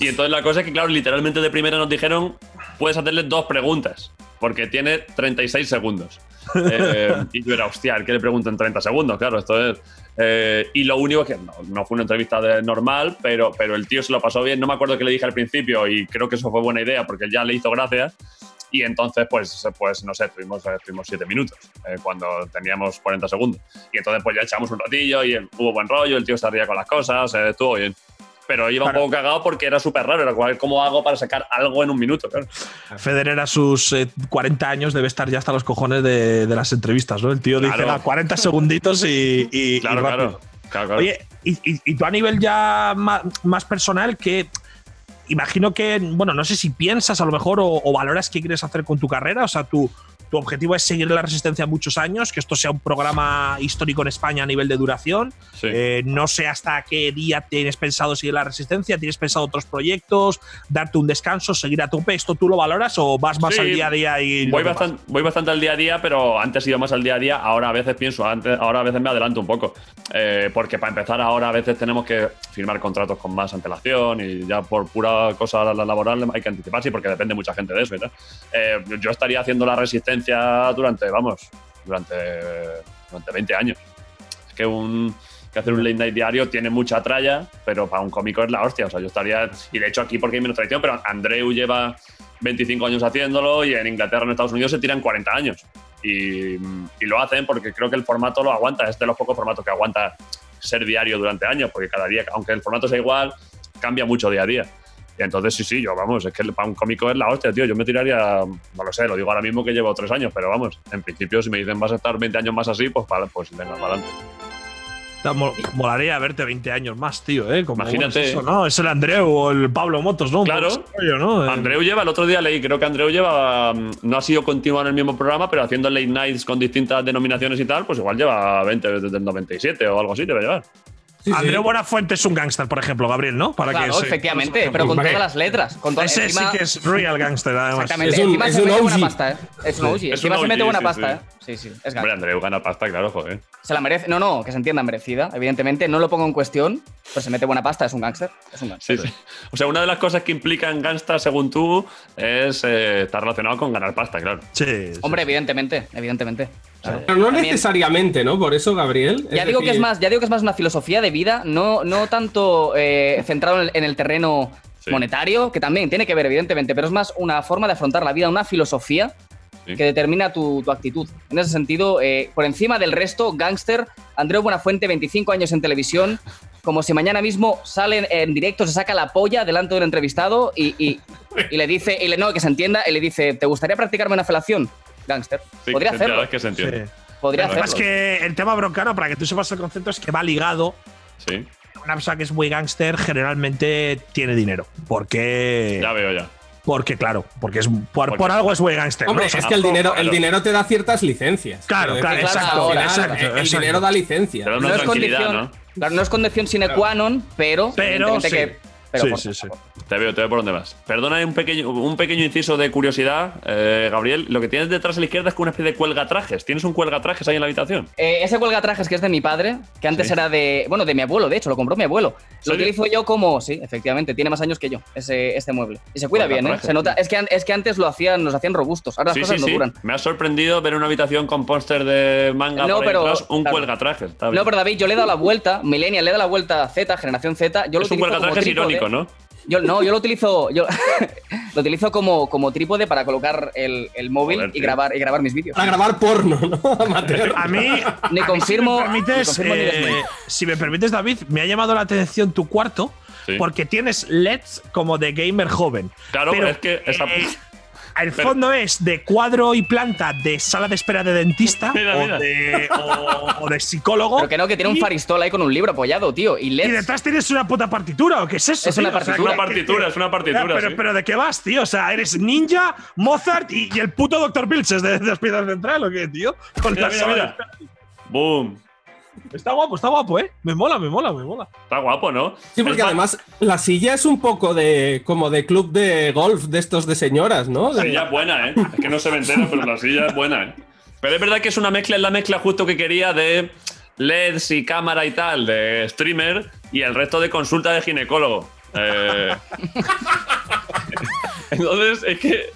y entonces la cosa es que, claro, literalmente de primera nos dijeron, puedes hacerle dos preguntas, porque tiene 36 segundos. Eh, y yo era, hostia, ¿el que le pregunto en 30 segundos? Claro, esto es... eh, y lo único que no, no fue una entrevista de- normal, pero, pero el tío se lo pasó bien. No me acuerdo qué le dije al principio y creo que eso fue buena idea porque ya le hizo gracias. Y entonces, pues, pues no sé, estuvimos, estuvimos siete minutos eh, cuando teníamos 40 segundos. Y entonces, pues ya echamos un ratillo y el- hubo buen rollo, el tío se ría con las cosas, eh, estuvo bien. Pero iba un poco cagado porque era súper raro, era como, ¿cómo hago para sacar algo en un minuto? Claro. Federer a sus eh, 40 años debe estar ya hasta los cojones de, de las entrevistas, ¿no? El tío dice Claro. "Va, 40 segunditos y. y- y Claro, rápido". claro. Claro, claro. Oye, y, y- y tú a nivel ya ma- más, personal, que imagino que, bueno, no sé si piensas a lo mejor o, o valoras qué quieres hacer con tu carrera, o sea, tu, tu objetivo es seguir la resistencia muchos años, que esto sea un programa histórico en España a nivel de duración. Sí. Eh, no sé hasta qué día tienes pensado seguir la resistencia, tienes pensado otros proyectos, darte un descanso, seguir a tope, ¿esto tú lo valoras o vas más Sí, al día a día y... lo voy, que bastante, voy bastante al día a día, pero antes he ido más al día a día. Ahora a veces pienso, antes, ahora a veces me adelanto un poco. Eh, porque para empezar, ahora a veces tenemos que firmar contratos con más antelación y ya por pura cosa la- la laboral hay que anticiparse porque depende mucha gente de eso. y tal. Eh, yo estaría haciendo la resistencia durante, vamos, durante, durante 20 años. Es que un. Que hacer un late night diario tiene mucha tralla, pero para un cómico es la hostia. O sea, yo estaría. Y de hecho, aquí porque hay menos tradición, pero Andreu lleva 25 años haciéndolo y en Inglaterra, en Estados Unidos se tiran 40 años. Y, y lo hacen porque creo que el formato lo aguanta. Es de los pocos formatos que aguanta ser diario durante años, porque cada día, aunque el formato sea igual, cambia mucho día a día. Y entonces, sí, sí, yo, vamos, es que para un cómico es la hostia, tío. Yo me tiraría, no lo sé, lo digo ahora mismo que llevo tres años, pero vamos, en principio, si me dicen vas a estar 20 años más así, pues, para, pues venga, para adelante. Está mo- Molaría verte 20 años más, tío, ¿eh? Como, Imagínate. bueno, es eso, ¿no? Es el Andreu o el Pablo Motos, ¿no? Un Claro. poco ese rollo, ¿no? Eh, Andreu lleva, el otro día leí, creo que Andreu lleva, mm, no ha sido continuo en el mismo programa, pero haciendo late nights con distintas denominaciones y tal, pues igual lleva 20 desde el 97 o algo así, debe llevar. Sí, sí. Andreu Buenafuente es un gángster, por ejemplo, Gabriel, ¿no? Para Claro, que se- efectivamente, pero con Hombre. todas las letras. Con todas Ese encima- sí que es real gángster, además. Exactamente. Es un- encima es se un mete buena OG. pasta, ¿eh? Es un OG. es encima un se mete OG, buena sí, pasta, ¿eh? sí. Sí, sí. Es Hombre, gato. Andreu gana pasta, claro, joder. Se la merece. No, no, que se entienda merecida. Evidentemente, no lo pongo en cuestión, pero se mete buena pasta. Es un gángster. Es Sí, un gángster. sí. O sea, una de las cosas que implican gangsta, según tú, es eh, estar relacionado con ganar pasta, claro. Sí, sí. Hombre, evidentemente, evidentemente. Claro. Pero no También- necesariamente, ¿no? Por eso, Gabriel. Ya digo que es decir, más, ya digo que es más una filosofía de vida, no, no tanto eh, centrado en el, en el terreno Sí. monetario, que también tiene que ver, evidentemente, pero es más una forma de afrontar la vida, una filosofía Sí. que determina tu, tu actitud. En ese sentido, eh, por encima del resto, Gangster, Andreu Buenafuente, 25 años en televisión, como si mañana mismo sale en, en directo, se saca la polla delante de un entrevistado y, y- y le dice, y le, no, que se entienda, y le dice, ¿te gustaría practicarme una felación? Gangster. Sí, podría que se entienda, hacerlo. es que se Sí. entiende. Podría Pero Además hacerlo. que el tema broncano, para que tú sepas el concepto, es que va ligado. Sí, Una persona que es muy gángster generalmente tiene dinero. Porque, ya veo ya. porque claro, porque es por, por Porque- algo es muy gángster. ¿no? Hombre, O sea, es que el dinero, el claro. dinero te da ciertas licencias. Claro, Quiero claro, decir, exacto, ahora, exacto, El, el exacto. dinero da licencia. Te da una no es tranquilidad, condición, ¿no? claro, no es condición sine qua non, pero, Pero evidentemente sí. que Pero sí, por- sí, sí. Te veo, te veo por dónde vas. Perdona un pequeño, un pequeño inciso de curiosidad, eh, Gabriel. Lo que tienes detrás a la izquierda es como una especie de cuelga trajes. ¿Tienes un cuelga trajes ahí en la habitación? Eh, ese cuelga trajes que es de mi padre, que antes Sí. era de. Bueno, de mi abuelo, de hecho, lo compró mi abuelo. Lo ¿Serio? utilizo yo como. Sí, efectivamente, tiene más años que yo, ese, este mueble. Y se cuida bien, ¿eh? Cuelgatrajes. Se nota. Es que, an- es que antes lo hacían, nos hacían robustos, ahora las sí, cosas sí, no sí. duran. Me ha sorprendido ver en una habitación con póster de manga No, por ahí pero- detrás un claro. cuelga trajes. No, pero David, yo le he dado la vuelta, Millennial le he dado la vuelta a Z, generación Z. Yo lo es un utilizo cuelga como trajes trípode. ¿eh? irónico, ¿no? Yo, no, yo lo utilizo. Yo lo utilizo como, como trípode para colocar el, el móvil Joder, y tío. grabar y grabar mis vídeos. Para grabar porno, ¿no? Amateur. A mí. Ni a mí, confirmo- Si me, permites, ni confirmo ni eh, desmiento. si me permites, David, me ha llamado la atención tu cuarto. Sí. Porque tienes LEDs como de gamer joven. Claro, es que esa- eh, el Pero- fondo es de cuadro y planta de sala de espera de dentista Mira, o, mira. De, o- o de psicólogo. Pero que no, que tiene un y- faristol ahí con un libro apoyado, tío. Y Y LED. detrás tienes una puta partitura, ¿o qué es eso? Es una tío? O sea, Es una Partitura, partitura, es una partitura. Ya, pero, sí. pero ¿de qué vas, tío? O sea, eres ninja, Mozart y, y el puto Dr. Pilches de, de Hospital Central, ¿o qué, tío? Con Mira, la mira, sala mira. de espera. Boom. Está guapo, está guapo, ¿eh? Me mola, me mola, me mola. Está guapo, ¿no? Sí, porque Es más- además la silla es un poco de como de club de golf de estos de señoras, ¿no? La De- silla es buena, ¿eh? Es que no se me entera, pero la silla es buena, ¿eh? Pero es verdad que es una mezcla, es la mezcla justo que quería de LEDs y cámara y tal, de streamer y el resto de consulta de ginecólogo. Eh, Entonces, es que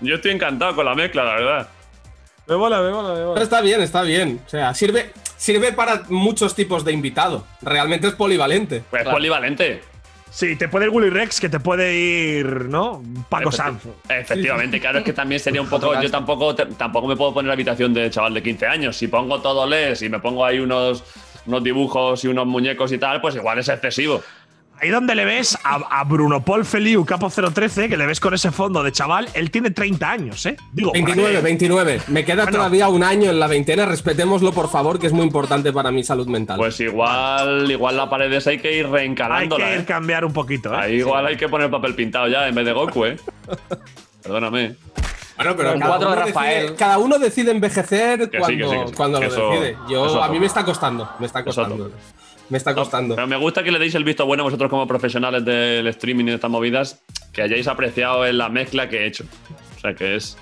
yo estoy encantado con la mezcla, la verdad. Me mola, me mola, me Pero mola. está bien, está bien. O sea, sirve, sirve para muchos tipos de invitado. Realmente es polivalente. Pues es polivalente. Sí, te puede ir Willy Rex, que te puede ir, ¿no? Paco Sanz. Efectivamente, claro, es que también sería un poco. Yo tampoco, te- tampoco me puedo poner la habitación de chaval de 15 años. Si pongo todo les y me pongo ahí unos, unos dibujos y unos muñecos y tal, pues igual es excesivo. Ahí donde le ves a, a Bruno Paul Feliu, capo 013, que le ves con ese fondo de chaval, él tiene 30 años, ¿eh? Digo, para 29, que- 29. Me queda Bueno. todavía un año en la veintena. Respetémoslo, por favor, que es muy importante para mi salud mental. Pues igual, igual la pared esa hay que ir Hay reencalándola. que ¿eh? cambiar un poquito, ¿eh? Ahí igual hay que poner papel pintado ya en vez de Goku, ¿eh? Perdóname. bueno, pero un cada cuadro de uno, decide, Rafael. cada uno decide envejecer Que sí, cuando, que sí, que sí. cuando Que lo eso- decide. eso Yo, a a mí tope. me está costando. Me está Eso a costando. tope. Me está costando. Pero me gusta que le deis el visto bueno a vosotros como profesionales del streaming y de estas movidas, que hayáis apreciado en la mezcla que he hecho. O sea, que es.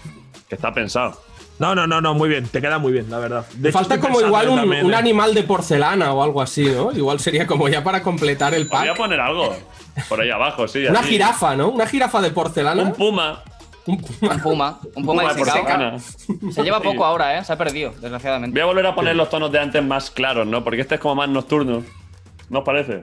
que está pensado. No, no, no, no, muy bien, te queda muy bien, la verdad. De hecho, Falta estoy como pensando igual yo un, también, un ¿eh? animal de porcelana o algo así, ¿no? Igual sería como ya para completar el Podría pack. poner algo por ahí abajo, sí. Una así. jirafa, ¿no? Una jirafa de porcelana. Un puma. Un puma. Un puma. Un Un puma puma de de porcelana. Se lleva Sí. poco ahora, ¿eh? Se ha perdido, desgraciadamente. Voy a volver a poner los tonos de antes más claros, ¿no? Porque este es como más nocturno. ¿No os parece?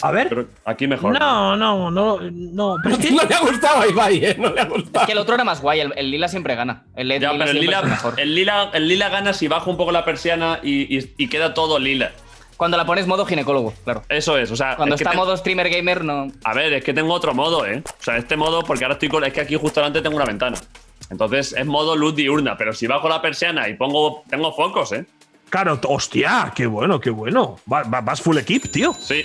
A ver. Pero aquí mejor. No, no, no, no. Pero es que- No le ha gustado a Ibai, ¿eh? No le ha gustado. Es que el otro era más guay, el, el lila siempre gana. El LED Ya, lila pero el siempre es lila, mejor. el, lila, el lila gana si bajo un poco la persiana y, y- y queda todo lila. Cuando la pones modo ginecólogo, claro. Eso es, o sea. Cuando es que está te- modo streamer gamer, no. A ver, es que tengo otro modo, ¿eh? O sea, este modo, porque ahora estoy con. Es que aquí justo delante tengo una ventana. Entonces es modo luz diurna, pero si bajo la persiana y pongo. Tengo focos, ¿eh? Claro, t- hostia, qué bueno, qué bueno. Va- va- vas full equip, tío. Sí.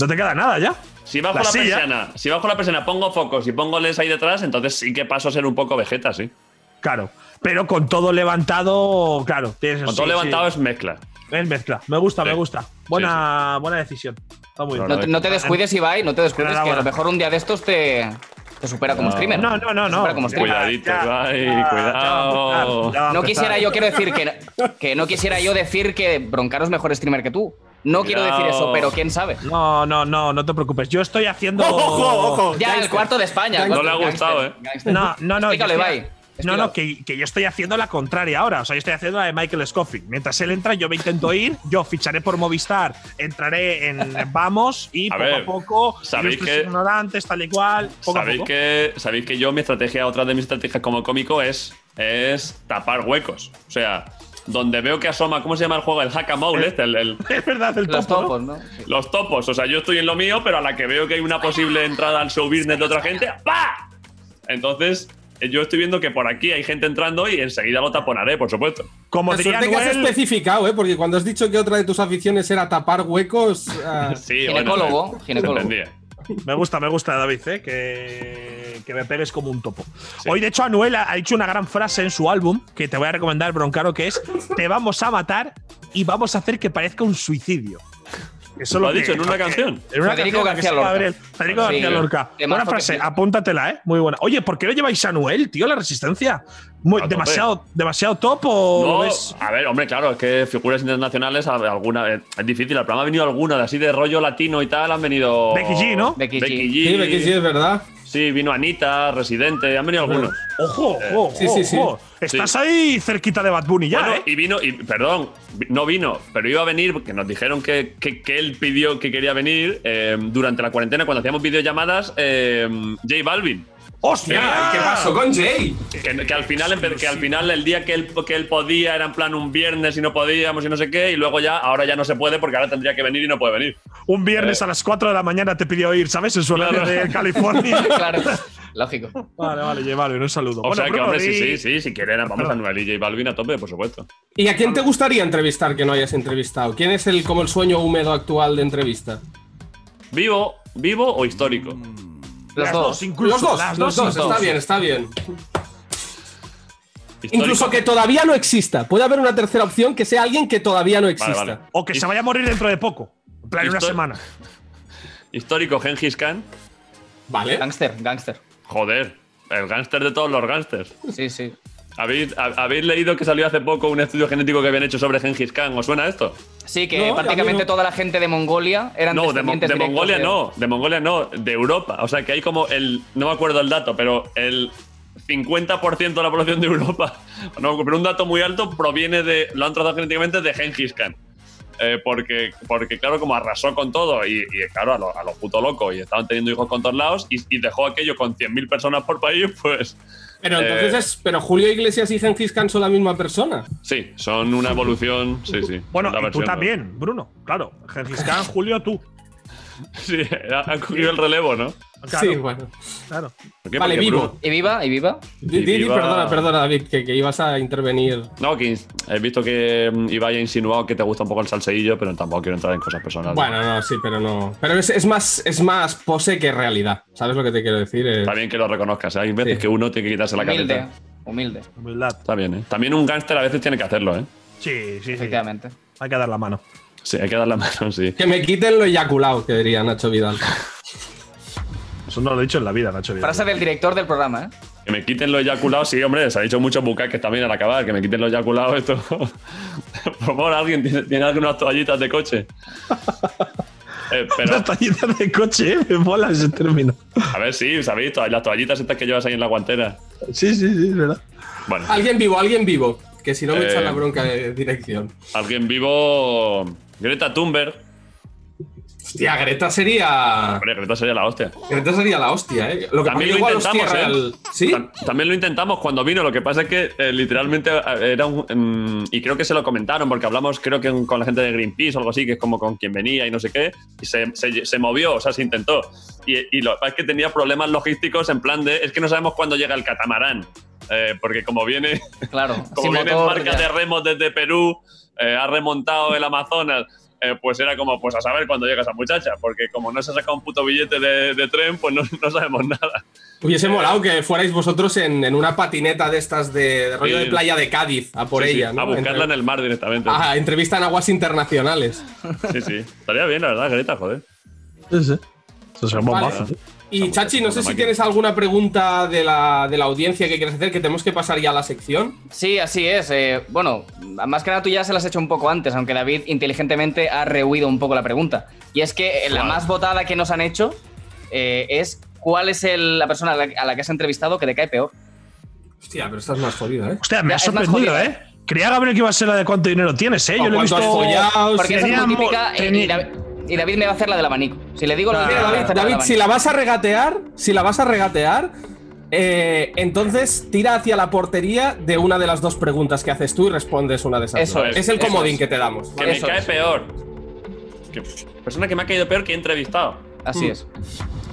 No te queda nada ya. Si bajo La la, silla. persiana, si bajo la persiana pongo focos y pongo les ahí detrás, entonces sí que paso a ser un poco vegeta, sí. Claro. Pero con todo levantado, claro. Tienes Con todo levantado es mezcla. Es mezcla. Me gusta, Sí. me gusta. Buena, buena decisión. Está muy bien. No te, no te descuides, Ibai, no te descuides, que a Enhorabuena. lo mejor un día de estos te, te supera como streamer. No, no, no, Te no. supera como streamer. Cuidadito, ay, cuidado. No quisiera yo, quiero decir que, que no quisiera yo decir que Broncano es mejor streamer que tú. No quiero Cuidado. decir eso, pero quién sabe. No, no, no, no te preocupes. Yo estoy haciendo. Ya, el cuarto de España. el No cuarto- le ha gustado, gangster, ¿eh? gangster. No, no, no. yo Explícalo, estoy- Ibai. No, Explícalo. no, que, que yo estoy haciendo la contraria ahora. O sea, yo estoy haciendo la de Michael Scofield. Mientras él entra, yo me intento ir, yo ficharé por Movistar, entraré en Vamos y A poco ver, a poco, sabéis ilustres que- ignorantes, tal y cual, poco a sabéis, poco. Que, sabéis que yo, mi estrategia, otra de mis estrategias como cómico es, es tapar huecos. O sea, donde veo que asoma, ¿cómo se llama el juego? El hack a Eh. mole, este, el- el- Es verdad, el Los topo, ¿no? topos, ¿no? los topos. O sea, yo estoy en lo mío, pero a la que veo que hay una posible entrada al show business de otra gente, ¡pa! Entonces, eh, yo estoy viendo que por aquí hay gente entrando y enseguida lo taponaré, por supuesto. Como La diría suerte que has Noel, especificado, ¿eh? Porque cuando has dicho que otra de tus aficiones era tapar huecos. ah, Sí, bueno, Ginecólogo, eh, ginecólogo. entendía. me gusta, me gusta David, ¿eh? que, que me pegues como un topo. Hoy, de hecho, Anuel ha ha hecho una gran frase en su álbum que te voy a recomendar, Broncaro, que es: Te vamos a matar y vamos a hacer que parezca un suicidio. Eso Lo ha que- dicho en una que- canción. En una Federico canción, la que García se Lorca. abre el- Federico Sí, García Lorca. temazo Buena que frase, sí. apúntatela, ¿eh? Muy buena. Oye, ¿por qué no lleváis a Noel, tío, a la resistencia? Muy- A tope. demasiado, demasiado top o lo No, ves? a ver, hombre, claro, es que figuras internacionales, a- alguna, eh, es difícil. Al programa ha venido alguna, de así de rollo latino y tal, han venido. Becky G, ¿no? Becky G. Sí, Becky G, es verdad. Sí, vino Anita, Residente, han venido algunos. Ojo, ojo, Sí, sí, sí. ojo. Estás ahí cerquita de Bad Bunny ya, Bueno, ¿eh? y vino, y, perdón, vi- no vino, pero iba a venir, porque nos dijeron que, que- que él pidió que quería venir eh, durante la cuarentena cuando hacíamos videollamadas eh, J Balvin. ¡Hostia! ¿Qué pasó con Jay? Que, que al final empe- que al final el día que él, que él podía era en plan un viernes y no podíamos y no sé qué, y luego ya, ahora ya no se puede porque ahora tendría que venir y no puede venir. Un viernes a las 4 de la mañana te pidió ir, ¿sabes? En su horario de California. Claro, lógico. Vale, vale, J Balvin, un saludo. O Bueno, sea que, Bruno, hombre, sí, di- sí, sí, si quieren, vamos a Noel y J Balvin a tope, por supuesto. ¿Y a quién te gustaría entrevistar que no hayas entrevistado? ¿Quién es el como el sueño húmedo actual de entrevista? ¿Vivo, vivo o histórico? Mm. Los Las dos, dos. incluso. Los dos, las los dos, incluso. está bien, está bien. Histórico. Incluso que todavía no exista. Puede haber una tercera opción que sea alguien que todavía no exista. vale. O que se vaya a morir dentro de poco. En plan, en una Esto- semana. Histórico Gengis Khan. Vale. Gangster, gangster. Joder, el gángster de todos los gángsters. Sí, sí. ¿Habéis, hab- habéis leído que salió hace poco un estudio genético que habían hecho sobre Gengis Khan? ¿Os suena esto? Sí, No, a que mí prácticamente no. toda la gente de Mongolia eran No, de, Mo- descendientes de directos Mongolia de- no, de Mongolia no, de Europa. O sea que hay como el, no me acuerdo el dato, pero el 50% de la población de Europa, no, pero un dato muy alto proviene de, lo han tratado genéticamente de Gengis Khan. Eh, porque, porque, claro, como arrasó con todo y, y, claro, a lo, a lo puto loco y estaban teniendo hijos con todos lados y, y dejó aquello con 100.000 personas por país, pues Pero entonces Eh. es. Pero Julio Iglesias y Gengis Khan son la misma persona. sí, son una evolución. Sí, sí. Bueno, una y tú versión, ¿no? también, Bruno. Claro. Gengis Khan, Julio, tú. Sí, han han cogido el relevo, ¿no? Claro, Sí, bueno. claro. ¿Por qué? Vale, Porque vivo. Bruno- Y viva, y viva. Di- di- di, viva- perdona, perdona, David, que, que ibas a intervenir. No, que ins- he visto que mm, Ibai ha insinuado que te gusta un poco el salseillo, pero tampoco quiero entrar en cosas personales. Bueno, no, sí, pero no. Pero es, es más, es más pose que realidad. ¿Sabes lo que te quiero decir? Eh, Está bien que lo reconozcas. ¿eh? Hay veces Sí. que uno tiene que quitarse la Humilde. careta. Humilde, Humildad. Está bien, ¿eh? También un gángster a veces tiene que hacerlo, ¿eh? Sí, sí, sí. efectivamente. Hay que dar la mano. Sí, hay que dar la mano, sí. Que me quiten lo eyaculado, que diría Nacho Vidal. Eso no lo he dicho en la vida, Nacho. Frase del director del programa, ¿eh? Que me quiten los eyaculados. Sí, hombre, se ha dicho muchos bucaques también al acabar. Que me quiten los eyaculados. Esto. Por favor, alguien tiene, tiene algunas toallitas de coche. Eh, pero, Las tallitas de coche, ¿eh? Me mola ese término. a ver, sí, ¿sabéis? Todas Las toallitas estas que llevas ahí en la guantera. Sí, sí, sí, es verdad. Bueno, Alguien vivo, alguien vivo. Que si no me Eh. echan la bronca de dirección. alguien vivo. Greta Thunberg. Hostia, Greta sería. Hombre, Greta sería la hostia. Greta sería la hostia, ¿eh? Lo que También pasa lo igual os intentamos, cierra ¿eh? el- ¿Sí? Tam- También lo intentamos cuando vino. Lo que pasa es que eh, literalmente eh, era un. mm, y creo que se lo comentaron, porque hablamos, creo que con la gente de Greenpeace o algo así, que es como con quien venía y no sé qué. Y se, se- se movió, o sea, se intentó. Y, y lo que pasa es que tenía problemas logísticos en plan de. Es que no sabemos cuándo llega el catamarán. eh, porque como viene, Claro. como viene en motor, marca ya. de remos desde Perú, eh, ha remontado el Amazonas. eh, pues era como, pues a saber cuándo llega esa muchacha, porque como no se ha sacado un puto billete de, de tren, pues no- no sabemos nada. Eh. Hubiese molado que fuerais vosotros en, en una patineta de estas de, de rollo Sí. de playa de Cádiz a por Sí, sí, ella, ¿no? A buscarla en Entre- el mar directamente. Ah, entrevista en aguas internacionales. Sí, sí. Estaría bien, la verdad, Greta, joder. Sí, sí. Eso será un Vale. bombazo. ¿eh? Y Chachi, no sé si máquina. tienes alguna pregunta de la, de la audiencia que quieres hacer, que tenemos que pasar ya a la sección. Sí, así es. eh, bueno, más que nada tú ya se las has hecho un poco antes, aunque David inteligentemente ha rehuido un poco la pregunta. Y es que eh, la Claro. más votada que nos han hecho eh, es cuál es el- la persona a la, a la que has entrevistado que te cae peor. Hostia, pero estás más jodida, ¿eh? Hostia, me Ya, ha es más sorprendido, jodida, ¿eh? Creía, Gabriel, que iba a ser la de cuánto dinero tienes, ¿eh? O Yo lo he visto. cuánto has Oh, follado, Porque esa es muy Teníamos- típica eh, y, teni- David, y David me va a hacer la del abanico. Si le digo lo Mira, que Mira, me va a David, hacer la del David, si abanico. la vas a regatear, si la vas a regatear, eh, entonces tira hacia la portería de una de las dos preguntas que haces tú y respondes una de esas. Eso dos. es, el eso comodín es. que te damos. Que me Eso cae es. peor. Que- persona que me ha caído peor que he entrevistado. Así es.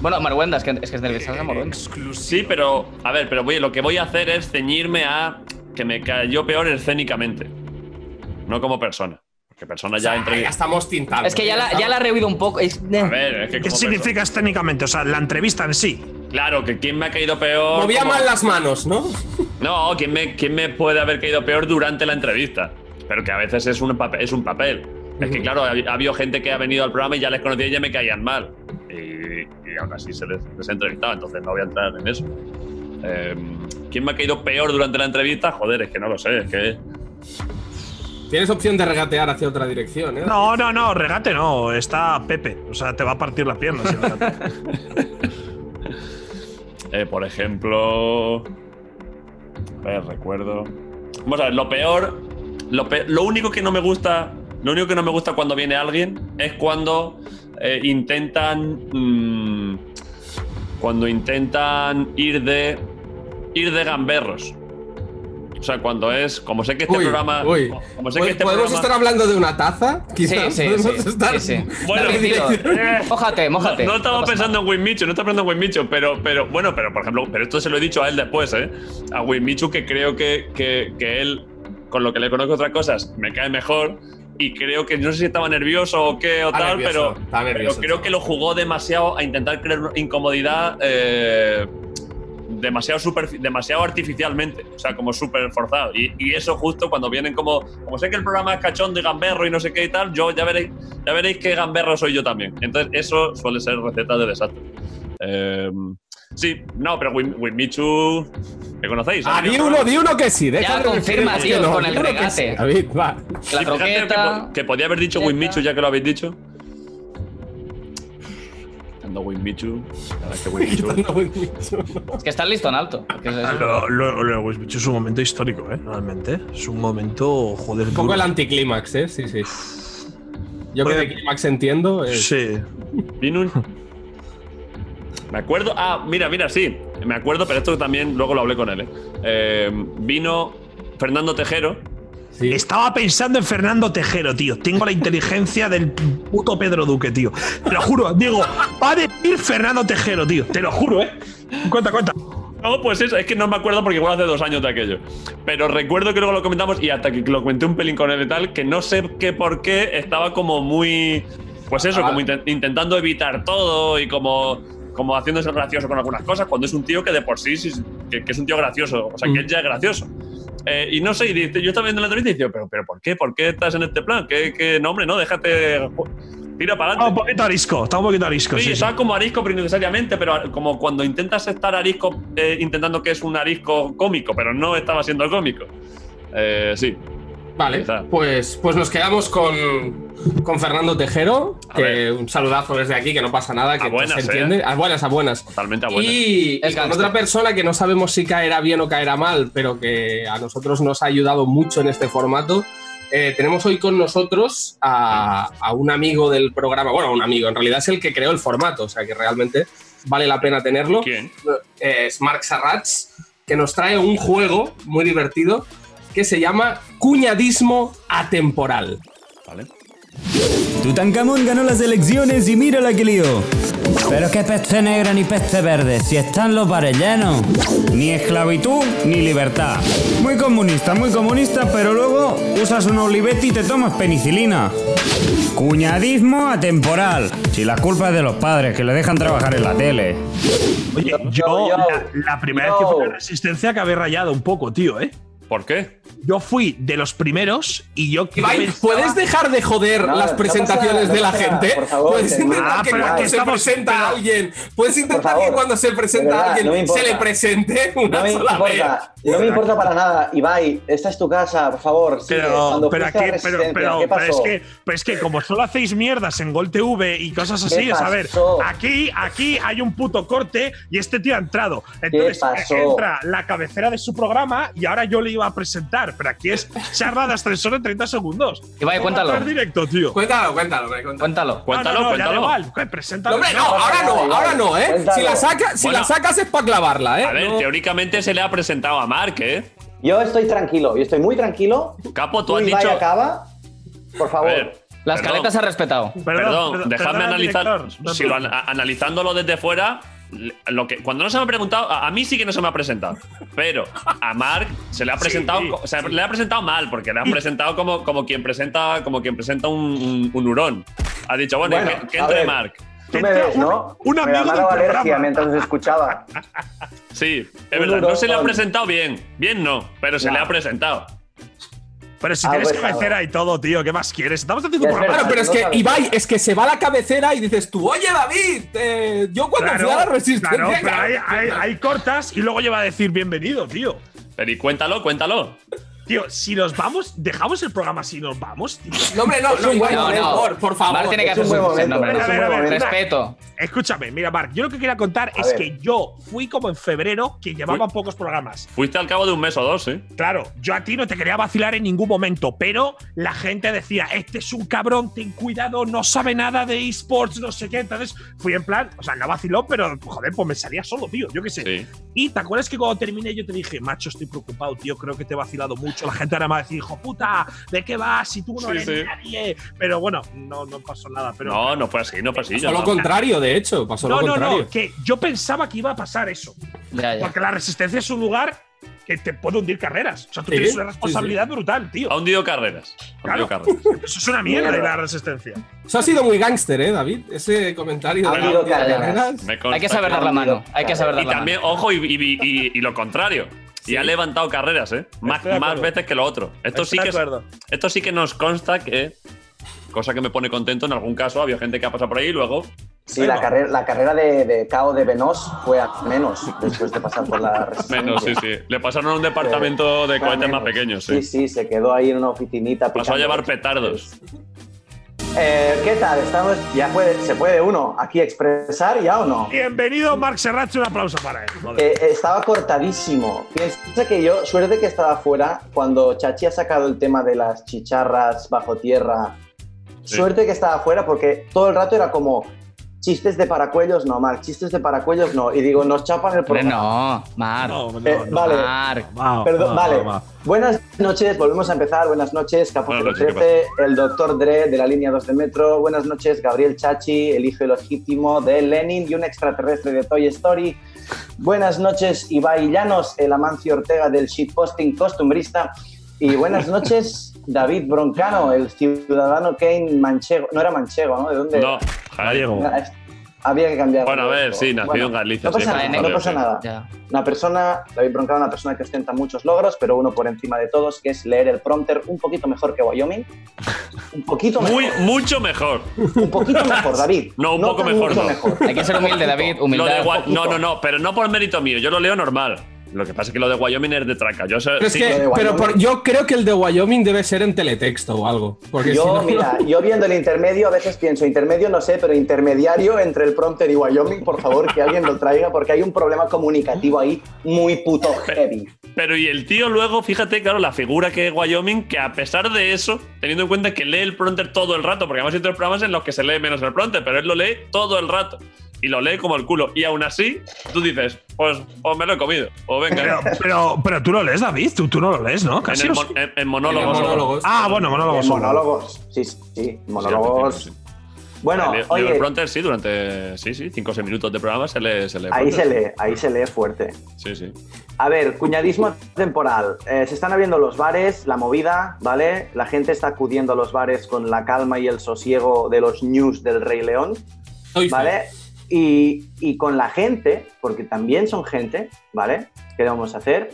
Bueno, Maruenda, es que es, que es nerviosa, Maruenda. Sí, pero. A ver, pero voy- lo que voy a hacer es ceñirme a que me cayó peor escénicamente. No como persona. Porque persona ya Ah, Ya entrevistado. estamos tintando. Es que ya la, ya la ha rehuido un poco. Es- eh. A ver, es que ¿Qué como significa escénicamente? O sea, la entrevista en sí. persona- Claro, que quién me ha caído peor. Movía como- mal las manos, ¿no? No, ¿quién me, quién me puede haber caído peor durante la entrevista? Pero que a veces es un, papel, es un papel. Es que, claro, ha, ha habido gente que ha venido al programa y ya les conocía y ya me caían mal. Y, y aún así se les, les ha entrevistado, entonces no voy a entrar en eso. Eh, ¿Quién me ha caído peor durante la entrevista? Joder, es que no lo sé, es que. Tienes opción de regatear hacia otra dirección, ¿eh? No, no, no, regate no. Está Pepe. O sea, te va a partir las piernas. el regate. Eh, por ejemplo. A ver, recuerdo. Vamos a ver, lo peor. Lo, pe- lo único que no me gusta. Lo único que no me gusta cuando viene alguien es cuando eh, intentan. mm, cuando intentan ir de. ir de gamberros. O sea, cuando es. Como sé que este Uy, programa. uy. Como sé que este ¿Podemos programa- estar hablando de una taza? Quizás sí, podemos sí, estar. sí, sí. Bueno, Tranquilo. eh, Mójate, mójate. no, no estaba pasa pensando en Winmichu, no estaba pensando en Winmichu, pero, pero bueno, pero por ejemplo, pero esto se lo he dicho a él después, ¿eh? A Winmichu que creo que, que, que él, con lo que le conozco otras cosas, me cae mejor y creo que no sé si estaba nervioso o qué o Está tal, nervioso, pero, está pero nervioso, creo que lo jugó demasiado a intentar crear una incomodidad eh, demasiado, superfi- demasiado artificialmente, o sea, como súper forzado. Y, y eso justo cuando vienen como, como sé que el programa es cachón de gamberro y no sé qué y tal, yo ya veréis, ya veréis qué gamberro soy yo también. Entonces, eso suele ser receta de desastre. Eh, sí, no, pero Win- Winmichu, ¿me conocéis? Ah, Ha di venido uno, programa. di uno que sí. Deja de- confirma, que tío, no, con el di uno que regate. sí. David, va. La Sí, fíjate croqueta. Que, po- que podía haber dicho Winmichu ya que lo habéis dicho. Ando Winmichu. La verdad es que Winmichu. Quitando buen bicho, ¿no? Es que estás listo en alto. Que es eso. Lo- lo- lo- es un momento histórico, ¿eh? Realmente. Es un momento, joder, Un poco duro. el anticlímax, ¿eh? Sí, sí. Yo que Bueno. de clímax entiendo. eh, es- Sí. Vino un- Me acuerdo. Ah, mira, mira, sí. Me acuerdo, pero esto también luego lo hablé con él. ¿eh? Eh, vino Fernando Tejero. sí. Estaba pensando en Fernando Tejero, tío. Tengo la inteligencia del puto Pedro Duque, tío. Te lo juro, digo, va a decir Fernando Tejero, tío. Te lo juro, ¿eh? Cuenta, cuenta. No, pues eso, es que no me acuerdo porque igual hace dos años de aquello. Pero recuerdo que luego lo comentamos y hasta que lo comenté un pelín con él y tal, que no sé qué por qué estaba como muy. Pues eso, Ah. como inten- intentando evitar todo y como, como haciéndose gracioso con algunas cosas, cuando es un tío que de por sí, sí es- que, que es un tío gracioso, o sea, que él ya es gracioso. Eh, y no sé, y dice- yo estaba viendo la entrevista y digo, pero, pero ¿por qué? ¿Por qué estás en este plan? ¿Qué, qué no, hombre, no, déjate. ju- Tira Estaba un para adelante. poquito arisco, estaba un poquito arisco. Sí, Sí, sí. estaba como arisco, pero innecesariamente, pero como cuando intentas estar arisco, eh, intentando que es un arisco cómico, pero no estaba siendo cómico. Eh, sí. Vale, Quizá. pues, pues nos quedamos con, con Fernando Tejero, A que ver. un saludazo desde aquí, que no pasa nada, que buenas, se eh. entiende. A buenas, a buenas. Totalmente buena. Y, El y con gángster. otra persona que no sabemos si caerá bien o caerá mal, pero que a nosotros nos ha ayudado mucho en este formato. eh, tenemos hoy con nosotros a, a un amigo del programa, bueno, un amigo, en realidad es el que creó el formato, o sea que realmente vale la pena tenerlo Eh, ¿Quién? es Mark Sarrats, que nos trae un juego muy divertido que se llama Cuñadismo Atemporal. Vale. Tutankamón ganó las elecciones y mira la que lió. Pero qué peste negra ni peste verde, si están los bares llenos. Ni esclavitud ni libertad. Muy comunista, muy comunista, pero luego usas un olivete y te tomas penicilina. Cuñadismo atemporal. Si la culpa es de los padres que le dejan trabajar en la tele. Oye, yo, yo, la, la primera vez que fui a yo. la resistencia acabé rayado un poco, tío, ¿eh? ¿Por qué? Yo fui de los primeros y yo que Ibai, ¿puedes dejar de joder No, las no presentaciones pasa- no de la pasa, gente? por favor, Puedes que- intentar Ah, que pero cuando aquí se estamos- presenta a pero- alguien, puedes intentar favor, que cuando se presenta de verdad, a no me alguien se importa. le presente una No me sola importa, no me importa para nada. Ibai, esta es tu casa, por favor. sigue. Pero, Cuando fuiste pero, a aquí, la pero, Resistencia, pero, ¿qué pero es pasó? que, pero es que como solo hacéis mierdas en Gol TV y cosas así, ¿Qué es a ver, pasó? aquí, aquí hay un puto corte y este tío ha entrado. Entonces eh, pasó? entra la cabecera de su programa y ahora yo le iba a presentar, pero aquí es charla de ascensor en 30 segundos. Vamos Ibai, a cuéntalo. entrar directo, tío. vez. Cuéntalo, cuéntalo, hombre, cuéntalo. Cuéntalo. Cuéntalo, no, no, Ya cuéntalo. da igual, que preséntalo. Hombre, no, No, ahora no, ahora no, ¿eh? Si la, Cuéntalo. saca, si la Bueno. sacas es para clavarla, ¿eh? A ver, No. teóricamente se le ha presentado a Mark, ¿eh? Yo estoy tranquilo, yo estoy muy tranquilo. Capo, tú Tú, has Ibai, dicho. acaba. Por A favor. ver, Las perdón, caletas ha respetado. Perdón, Perdón, perdón, dejadme perdona, analizar. director. No, si lo no. an- a- analizándolo desde fuera, lo que, cuando no se me ha preguntado, a, a mí sí que no se me ha presentado. Pero a Mark se le ha presentado, sí, o sea, le ha presentado mal, porque le ha presentado como, como quien presenta, como quien presenta un, un, un hurón. Ha dicho, bueno, Bueno, que, que a entre ver. Mark. Tú Que me entra ves, Este un- ¿no? un me amigo ha del dado alergia programa. mientras os escuchaba. Sí, es Un verdad, no se le ha hurón. presentado bien. Bien no, pero se No. le ha presentado. Pero si Ah, tienes pues, cabecera y todo, tío, ¿qué más quieres? Estamos haciendo un Es programa. Claro, pero es que Ibai, es que se va a la cabecera y dices tú, oye David, eh, yo cuando fui a la resistencia. claro, pero hay, cabrón". hay- hay cortas y luego lleva a decir bienvenido, tío. Pero y cuéntalo, cuéntalo. Tío, si nos vamos, dejamos el programa si nos vamos, tío. No, hombre, no, Es no, un Ibai, buen por momento. favor, por favor. Marc tiene que es hacer un buen su momento, nombre. es un buen momento. Respeto. Escúchame, mira, Mark, yo lo que quería contar A es ver. que yo fui como en febrero que llevaba pocos programas. Fuiste al cabo de un mes o dos, ¿eh? Claro, yo a ti no te quería vacilar en ningún momento, pero la gente decía, este es un cabrón, ten cuidado, no sabe nada de esports, no sé qué. Entonces fui en plan, o sea, no vaciló, pero joder, pues me salía solo, tío, yo qué sé. Sí. Y te acuerdas que cuando terminé yo te dije, macho, estoy preocupado, tío, creo que te he vacilado mucho. La gente ahora me va a decir, hijo puta, ¿de qué vas? Si tú no Sí, eres sí. nadie. Pero bueno, no, no pasó nada. Pero No, no fue así, no fue así. ya Pasó lo no. contrario, de hecho, pasó lo no, no, contrario. no, que yo pensaba que iba a pasar eso. Ya, ya. Porque la resistencia es un lugar que te puede hundir carreras. O sea, tú Sí, tienes una sí, responsabilidad brutal, tío. Ha hundido carreras. Ha hundido Claro. carreras. Eso es una mierda Mierda. la resistencia. Eso ha sido muy gángster, ¿eh, David? Ese comentario. Ha de- habido de- carreras. Me consta Hay que saber dar la mano. Hay que saber dar Y la también, mano. ojo, y, y- y- y lo contrario. Y ha levantado carreras, ¿eh? Más, Estoy de más acuerdo. veces que lo otro. Esto sí Estoy que, de es- acuerdo. esto sí que nos consta que. Cosa que me pone contento en algún caso. Había gente que ha pasado por ahí y luego. Sí, la carrera, la carrera de, de KO de Venos fue a menos después de pasar por la resistencia. Menos, sí, sí. Le pasaron a un departamento de Fue a cohetes más menos. pequeños, Sí, sí. sí, se quedó ahí en una oficinita. Pasó a picando llevar cohetes. petardos. Eh, ¿Qué tal? Estamos. Ya puede, se puede uno aquí expresar ya o no. Bienvenido, Marc Serracho, un aplauso para él. Joder. Eh, estaba cortadísimo. Piensa que yo, suerte que estaba fuera cuando Chachi ha sacado el tema de las chicharras bajo tierra. Sí. Suerte que estaba fuera porque todo el rato era como chistes de paracuellos no, Marc, chistes de paracuellos no. Y digo, nos chapan el Hombre, programa. no, Mar. No, no, Eh, no. vale. Mar. Va, Perdón, va, vale. va. Buenas noches, volvemos a empezar. Buenas noches, Capo Buenas noches, 13, el doctor Dre de la línea 2 de Metro. Buenas noches, Gabriel Chachi, el hijo legítimo de Lenin y un extraterrestre de Toy Story. Buenas noches, Ibai Llanos, el Amancio Ortega del shitposting costumbrista. Y buenas noches, David Broncano, Ah. el ciudadano Kane manchego. No era manchego, ¿no? ¿De dónde? No, Gallego. era? Había que cambiar. Bueno, a ver, sí, nacido Bueno, en Galicia. No pasa sí, nada, no joder, pasa sí. nada Ya. una persona, David Broncano, una persona que ostenta muchos logros, pero uno por encima de todos, que es leer el prompter un poquito mejor que Wyoming. Un poquito Muy, mejor. mucho mejor. Un poquito mejor, David. No, un poco tan mejor, mucho no. Hay que ser humilde, David. Lo de Humildad. Gua- no, no, no, pero no por mérito mío. Yo lo leo normal. Lo que pasa es que lo de Wyoming es de traca. Yo sé, Pero es sí, que, lo de pero por- Wyoming. yo creo que el de Wyoming debe ser en teletexto o algo. Porque si Yo, no- mira, yo viendo el intermedio, a veces pienso, intermedio no sé, pero intermediario entre el prompter y Wyoming, por favor, que alguien lo traiga, porque hay un problema comunicativo ahí muy puto heavy. Pero y el tío luego, fíjate, claro, la figura que es Wyoming, que a pesar de eso, teniendo en cuenta que lee el pronter todo el rato, porque además hay otros programas en los que se lee menos el pronter, pero él lo lee todo el rato. Y lo lee como el culo. Y aún así, tú dices, pues, o me lo he comido. O Pero, venga, pero, pero tú lo lees, David. Tú, tú no lo lees, ¿no? en, Casi el los- mon- en- en Tiene monólogos. monólogos. Ah, bueno, monólogo Eh, solo. monólogos. Sí, sí, sí, monólogos. Sí, sí, Bueno, Leo- leo el oye, pronter, sí, durante, sí, sí, 5 o 6 minutos de programa se lee. Se lee ahí prompter. se lee, ahí se lee fuerte. Sí, sí. A ver, cuñadismo temporal. Eh, se están abriendo los bares, la movida, ¿vale? La gente está acudiendo a los bares con la calma y el sosiego de los news del Rey León, Soy fan. ¿vale? Y, y con la gente, porque también son gente, ¿vale? ¿Qué vamos a hacer?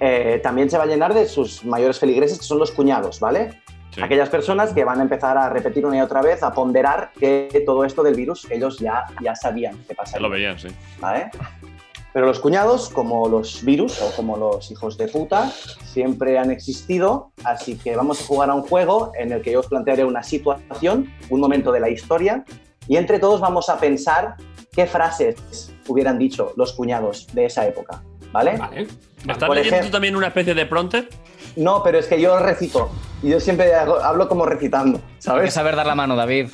Eh, también se va a llenar de sus mayores feligreses, que son los cuñados, ¿vale? sí. Aquellas personas que van a empezar a repetir una y otra vez, a ponderar que todo esto del virus, ellos ya, ya sabían que Se pasaría. lo veían, sí. ¿vale? Pero los cuñados, como los virus o como los hijos de puta, siempre han existido, así que vamos a jugar a un juego en el que yo os plantearé una situación, un momento de la historia, y entre todos vamos a pensar qué frases hubieran dicho los cuñados de esa época, ¿vale? Vale. ¿Estás Por leyendo ejemplo- tú también una especie de pronter? No, pero es que yo recito, y yo siempre hago- hablo como recitando, Hay que ¿sabes? saber dar la mano, David.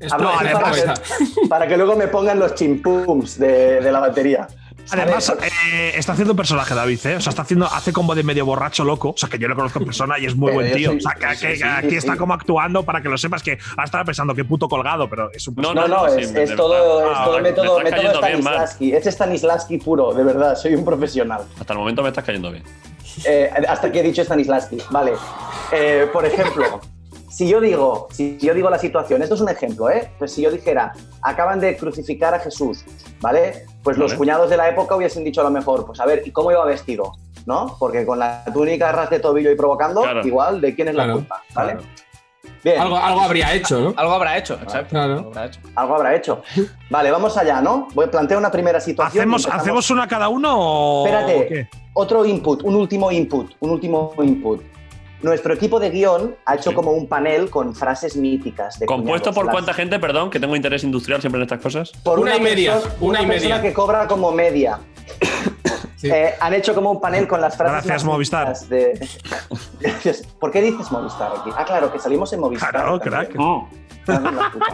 Esto Hablo es así de para, cabeza. que, para que luego me pongan los chimpums de, de la batería. Además, A ver, eh, está haciendo un personaje, David, ¿eh? O sea, está haciendo, hace como de medio borracho loco. O sea, que yo lo conozco en persona y es muy Pero buen yo tío. soy- o sea, que, sí, que- sí, que sí, aquí sí, está sí. como actuando para que lo sepas que ha estado pensando que puto colgado, pero es un No, no, sí, es, me- es me todo, está- es Ah, todo me método, estás método cayendo bien, Marc. Stanislavski. Es Stanislavski puro, de verdad, soy un profesional. Hasta el momento me estás cayendo bien. Eh, hasta que he dicho Stanislavski, vale. Eh, por ejemplo, si yo digo, si yo digo la situación, esto es un ejemplo, ¿eh? Pues si yo dijera, acaban de crucificar a Jesús, ¿vale? Pues los Vale. cuñados de la época hubiesen dicho a lo mejor, pues a ver, ¿y cómo iba vestido? ¿no? Porque con la túnica ras de tobillo y provocando, Claro. igual, ¿de quién es la Claro, culpa? ¿Vale? Bien. Algo, algo habría hecho, ¿no? Algo habrá hecho, exacto. Claro. Algo habrá hecho. Vale, vamos allá, ¿no? Voy a plantear una primera situación. y ¿Hacemos, empezamos- ¿Hacemos una cada uno o.? Espérate. qué? Otro input, un último input, un último input. Nuestro equipo de guión ha hecho como un panel con frases míticas. De ¿Compuesto por cuñados, pues las- cuánta gente, perdón, que tengo interés industrial siempre en estas cosas? Por Una y media, perso- una y persona media. que cobra como media. Sí. Eh, han hecho como un panel con las frases. Gracias, más Movistar. míticas de- Gracias. ¿Por qué dices Movistar aquí? Ah, claro, que salimos en Movistar. Claro, también. crack. Oh.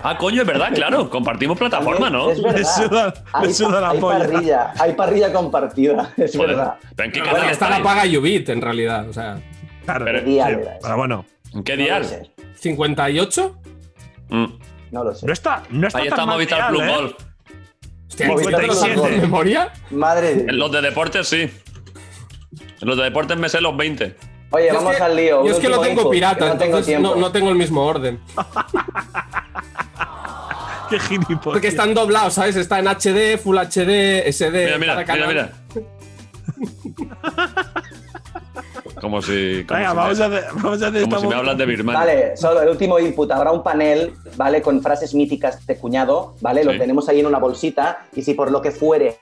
Ah, coño, es verdad, claro. Compartimos plataforma, ¿no? Es verdad. Me suda- me Hay- suda la hay polla. parrilla, hay parrilla compartida, es Joder. verdad. ¿Pero en qué Bueno, canal está la estáis? paga Ubit, en realidad. O sea, Claro. Pero- sí, Dial era eso. pero bueno, ¿En qué No lo dial? sé, 58. Mm. no lo sé. no está, no está Ahí tan está mal Movistar tirado, Plus ¿eh? Golf. Hostia, 57. ¿cuántos años de memoria? Madre de En los de deportes, sí. En los de deportes me sé los 20. Oye, Yo es vamos que- al lío. un Yo es que lo último tengo input, pirata, que no tengo entonces tiempo. no, no tengo el mismo orden. Qué gilipollas. Porque están doblados, ¿sabes? Está en HD, Full HD, SD. Mira, mira, cada mira, canal. mira. Como si. Como Venga, si vamos me, a hacer. Vamos a hacer como si estamos- me hablas de Birmania. Vale, solo el último input. Habrá un panel, ¿vale? Con frases míticas de cuñado, ¿vale? Lo Sí. tenemos ahí en una bolsita. Y si por lo que fuere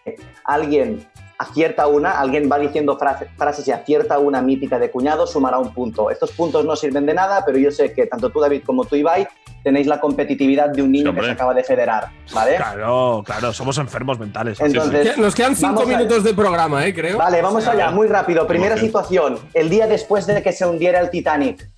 alguien acierta una, alguien va diciendo frase- frases y acierta una mítica de cuñado, sumará un punto. Estos puntos no sirven de nada, pero yo sé que tanto tú, David, como tú, Ibai, tenéis la competitividad de un niño que hombre. se acaba de federar, ¿vale? Claro, claro, somos enfermos mentales. Entonces, Que- Nos quedan cinco Vamos allá. minutos de programa, ¿eh? Creo. Vale, vamos allá, muy rápido. Primera Ok. situación, el día después de que se hundiera el Titanic.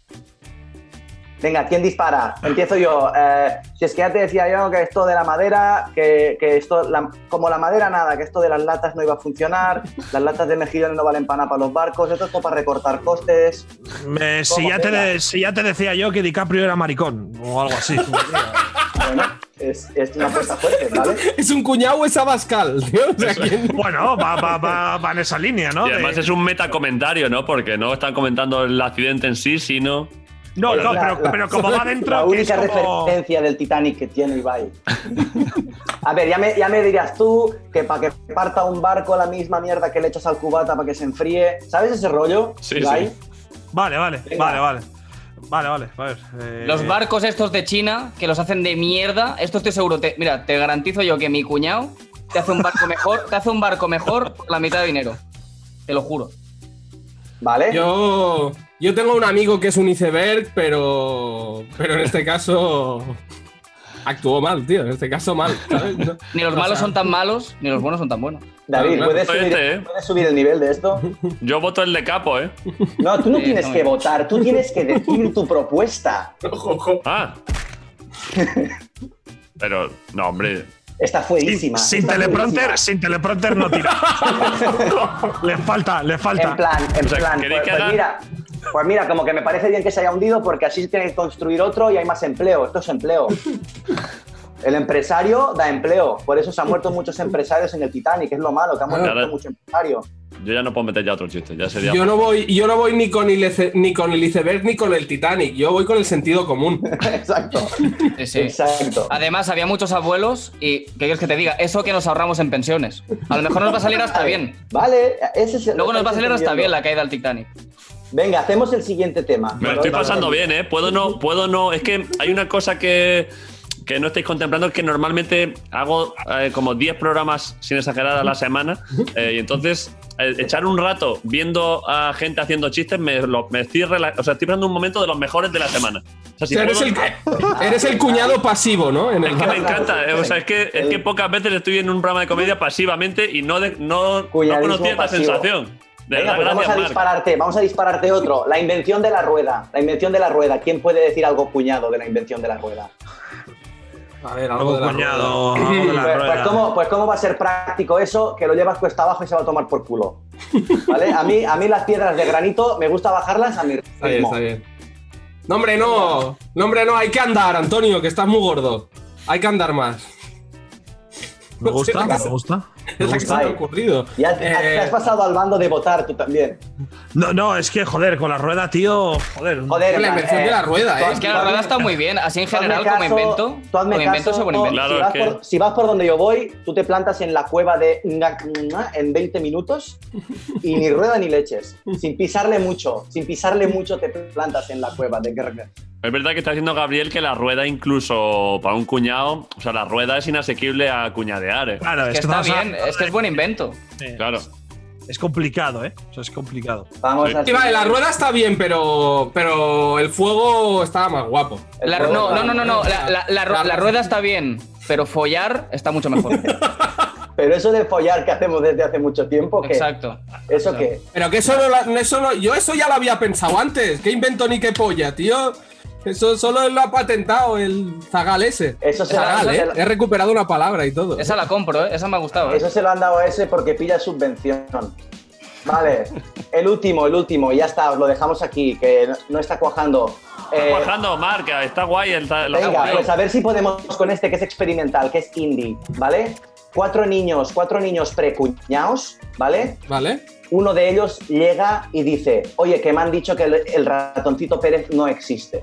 Venga, ¿quién dispara? Empiezo yo. Eh, si es que ya te decía yo que esto de la madera, que, que esto, la- como la madera nada, que esto de las latas no iba a funcionar, las latas de mejillones no valen para nada para los barcos, esto es todo para recortar costes. Me- si, ¿Cómo ya te pega? de- si ya te decía yo que DiCaprio era maricón o algo así. Bueno, es, es una apuesta fuerte, ¿vale? Es un cuñado, es Abascal, tío. O sea, ¿quién- bueno, va, va, va, va en esa línea, ¿no? Y además De- es un metacomentario, ¿no? Porque no están comentando el accidente en sí, sino. no, no, La- pero, la- pero como va La dentro, que es única como- referencia del Titanic que tiene Ibai. A ver, ya me, ya me dirás tú que para que parta un barco la misma mierda que le echas al cubata para que se enfríe. ¿Sabes ese rollo, Sí, Ibai? sí. Vale, vale, Venga. vale, vale. Vale, vale, a ver. eh, Los barcos estos de China que los hacen de mierda, esto estoy seguro. te- mira, te garantizo yo que mi cuñado te hace un barco mejor, te hace un barco mejor por la mitad de dinero. Te lo juro. ¿Vale? Yo, yo tengo un amigo que es un iceberg, pero, pero en este caso actuó mal, tío. En este caso mal. ¿sabes? No- Ni los o sea, malos son tan malos, ni los buenos son tan buenos. David, claro, ¿puedes, subir, este, ¿eh? puedes subir el nivel de esto? Yo voto el de capo, ¿eh? No, tú no Sí, tienes no, que no. votar, tú tienes que decir tu propuesta. Ah. Pero, no, hombre. Está Sin, fueguísima. sin está teleprompter, fueguísima. sin teleprompter no tira. le falta, le falta. En plan, en Ah, O sea, plan. ¿queréis que Pues, pues haga- mira, pues mira, como que me parece bien que se haya hundido porque así tiene que construir otro y hay más empleo. Esto es empleo. El empresario da empleo. Por eso se han muerto muchos empresarios en el Titanic. Es lo malo, que han muerto Claro. muchos empresarios. Yo ya no puedo meter ya otro chiste. Ya sería. Yo no voy, yo no voy ni, con el, ice- ni con el iceberg ni con el Titanic. Yo voy con el sentido común. Exacto. Sí, sí. Exacto. Además, había muchos abuelos y que Dios que te diga, eso que nos ahorramos en pensiones. A lo mejor nos va a salir hasta bien. Vale, ese es el- Luego nos va a salir hasta bien entendiendo. la caída del Titanic. Venga, hacemos el siguiente tema. Me lo estoy pasando bien, ¿eh? Puedo no, puedo no. Es que hay una cosa que, que no estáis contemplando, que normalmente hago eh, como 10 programas, sin exagerar, a la semana. eh, y entonces, eh, echar un rato viendo a gente haciendo chistes, me, lo- me estoy, rela- o sea, estoy hablando un momento de los mejores de la semana. O sea, O si sea, eres puedo- el, eres el cuñado pasivo, ¿no? En el es que me encanta, eh, o sea, es que, es que El- pocas veces estoy en un programa de comedia pasivamente y no, de- no, no Cuñadismo conocía esta pasivo. sensación. De Venga, verdad, pues vamos a gracias, Marc. dispararte, vamos a dispararte otro. La invención de la rueda. La invención de la rueda. ¿Quién puede decir algo cuñado de la invención de la rueda? A ver, algo Algo de la cuñado, algo de la Pues, pues, rueda. ¿cómo, pues cómo va a ser práctico eso, que lo llevas cuesta abajo y se va a tomar por culo. ¿Vale? A mí, a mí las piedras de granito me gusta bajarlas a mi ritmo. Está bien, está bien. No, hombre, no. No, hombre, no. Hay que andar, Antonio, que estás muy gordo. Hay que andar más. Me gusta, me gusta. Es la que se me ha Ay. ocurrido. Eh, Ya te, te has pasado al bando de votar tú también. No, no, es que, joder, con la rueda, tío. Joder. Joder, eh, La invención de la rueda, tú ¿eh? hazme Es que la rueda está muy bien, así en Tú hazme general como caso, invento. tú hazme Como invento caso, es un buen no, invento. Claro, si, es vas que- por, si vas por donde yo voy, tú te plantas en la cueva de Nga- Nga en 20 minutos y ni rueda ni leches. Sin pisarle mucho, sin pisarle mucho te plantas en la cueva de Nga. Es verdad que está diciendo Gabriel que la rueda, incluso para un cuñado, o sea, la rueda es inasequible a cuñadear. eh. Claro, Es que es que está vamos a- bien, es que es buen invento. eh, Claro. Es complicado, ¿eh? O sea, es complicado. Vamos Sí. a Sí, vale, la rueda está bien, pero, pero el fuego estaba más guapo. La- El no, fuego no, no, no, no, La, la- la ru- la rueda está bien, pero follar está mucho mejor. Pero eso de follar que hacemos desde hace mucho tiempo, que Exacto. ¿Eso qué? Pero que eso no, la- no- eso no- Yo eso ya lo había pensado antes. ¿Qué invento ni qué polla, tío? Eso solo lo ha patentado el zagal ese. Eso se, Zagal, eso ¿eh? se lo- He recuperado una palabra y todo. Esa la compro, ¿eh? esa me ha gustado. ¿eh? eso se lo han dado a ese porque pilla subvención. Vale, el último, el último, ya está, os lo dejamos aquí, que no- no está cuajando. Eh, Está bajando, Marca, está guay el ta- la- Venga, pues a ver si podemos con este que es experimental, que es indie, ¿vale? Cuatro niños, cuatro niños precuñados, ¿vale? ¿Vale? Uno de ellos llega y dice, oye, que me han dicho que el, el ratoncito Pérez no existe.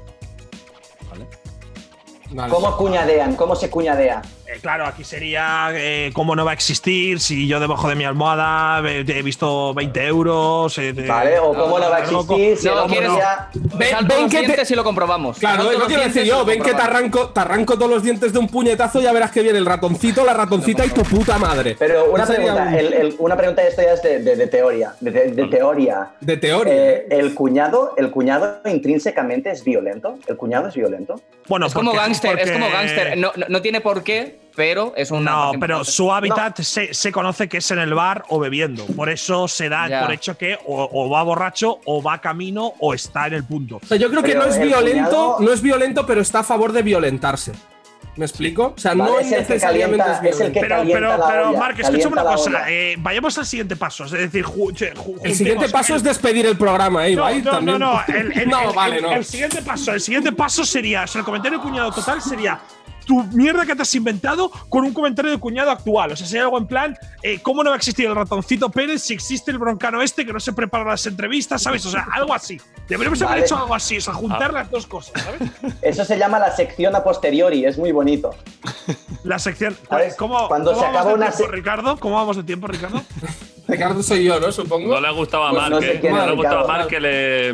Vale. ¿Cómo cuñadean? ¿Cómo se cuñadea? Eh, claro, aquí sería eh, cómo no va a existir si yo debajo de mi almohada eh, he visto 20 euros. eh, de- ¿Vale? ¿O cómo no va a loco. existir? Si No, el hombre ¿quieres- ya- Ven- Salto ven los que te- dientes y lo comprobamos. Claro, Salto es lo los que iba a decir dientes y yo. lo Ven que te comprobamos. arranco, te arranco todos los dientes de un puñetazo y ya verás que viene el ratoncito, la ratoncita y tu puta madre. Pero una Eso sería pregunta, un- el- el- una pregunta esto ya es de, de- de teoría, de, de- de teoría. De teoría. Eh, el cuñado, el cuñado intrínsecamente es violento. El cuñado es violento. Bueno, Es como porque- gángster, es como porque- gángster. No, no- no tiene por qué, pero es un. No, parte pero importante. su hábitat se, se conoce que es en el bar o bebiendo. Por eso se da Ya. por hecho que o, o va borracho, o va camino, o está en el punto. O sea, yo creo que Pero no es el violento, puñado- no es violento, pero está a favor de violentarse. ¿Me explico? O sea, Vale, no es el que necesariamente calienta- es es el violento. que- Pero, calienta pero, la pero, olla, Marc, escúchame una calienta la cosa. olla. eh, vayamos al siguiente paso. Es decir, ju- che, ju- El juntemos siguiente paso el- es despedir el programa, ¿eh, No, no, Ibai? no, También. no. El, el- no, el- vale, el- no. el siguiente paso, el siguiente paso sería, o sea, el comentario de cuñado total sería tu mierda que te has inventado con un comentario de cuñado actual. O sea, sería algo en plan, eh, ¿cómo no va a existir el ratoncito Pérez si existe el broncano este que no se prepara las entrevistas, sabes? O sea, algo así. Deberíamos haber Vale. hecho algo así, o sea, juntar Ah. las dos cosas, ¿sabes? Eso se llama la sección a posteriori, es muy bonito. La sección. ¿Sabes? ¿Cómo, Cuando cómo se vamos acaba de una tiempo, se- Ricardo? ¿Cómo vamos de tiempo, Ricardo? Ricardo soy yo, ¿no? Supongo. No le ha gustado a Pues Mark, no sé eh. quién no ha le ha gustado a picado. Mark que le.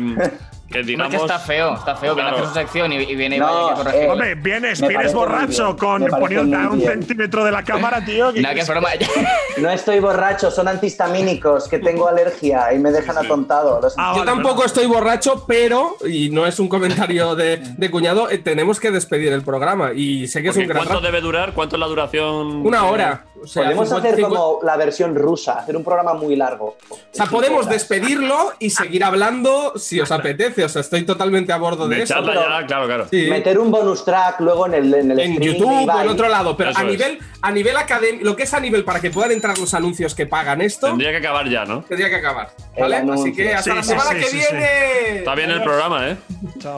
Que No, es digamos. que está feo, está feo que Claro. hace su sección y, y viene y No, vaya que corregir. eh, Hombre, vienes, Me vienes parece muy borracho bien, con me parece poniendo a muy un bien. centímetro de la cámara, tío. que- Nada, que es broma. No estoy borracho, son antihistamínicos, que tengo alergia y me dejan atontado. Lo siento. Ah, Yo vale, tampoco perdón. estoy borracho, pero, y no es un comentario de, de cuñado, eh, tenemos que despedir el programa. Y sé que es Porque un gran ¿Cuánto rato. debe durar? ¿Cuánto es la duración? Una hora. O sea, Eh, Podemos 50, hacer 50. como la versión rusa, hacer un programa muy largo. O sea, podemos despedirlo y seguir hablando si os apetece. O sea, estoy totalmente a bordo de, De eso. charla pero- ya, claro, claro. Sí. Meter un bonus track luego en el, en el en stream, YouTube o Ibai. en otro lado, pero Eso a es. nivel, a nivel académico, lo que es a nivel para que puedan entrar los anuncios que pagan esto, Tendría que acabar ya, ¿no? tendría que acabar. El ¿Vale? Así anuncio. que hasta Sí, la sí, semana sí, que sí, viene. Está bien el Adiós. programa, ¿eh?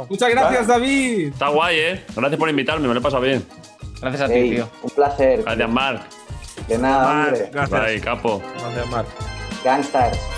Muchas gracias, David. Está guay, ¿eh? Gracias por invitarme, me lo he pasado bien. Gracias a ti, Ey, tío. un placer. Gracias, Mark. De nada, Marc, hombre. gracias. Bye, capo. Gangsters.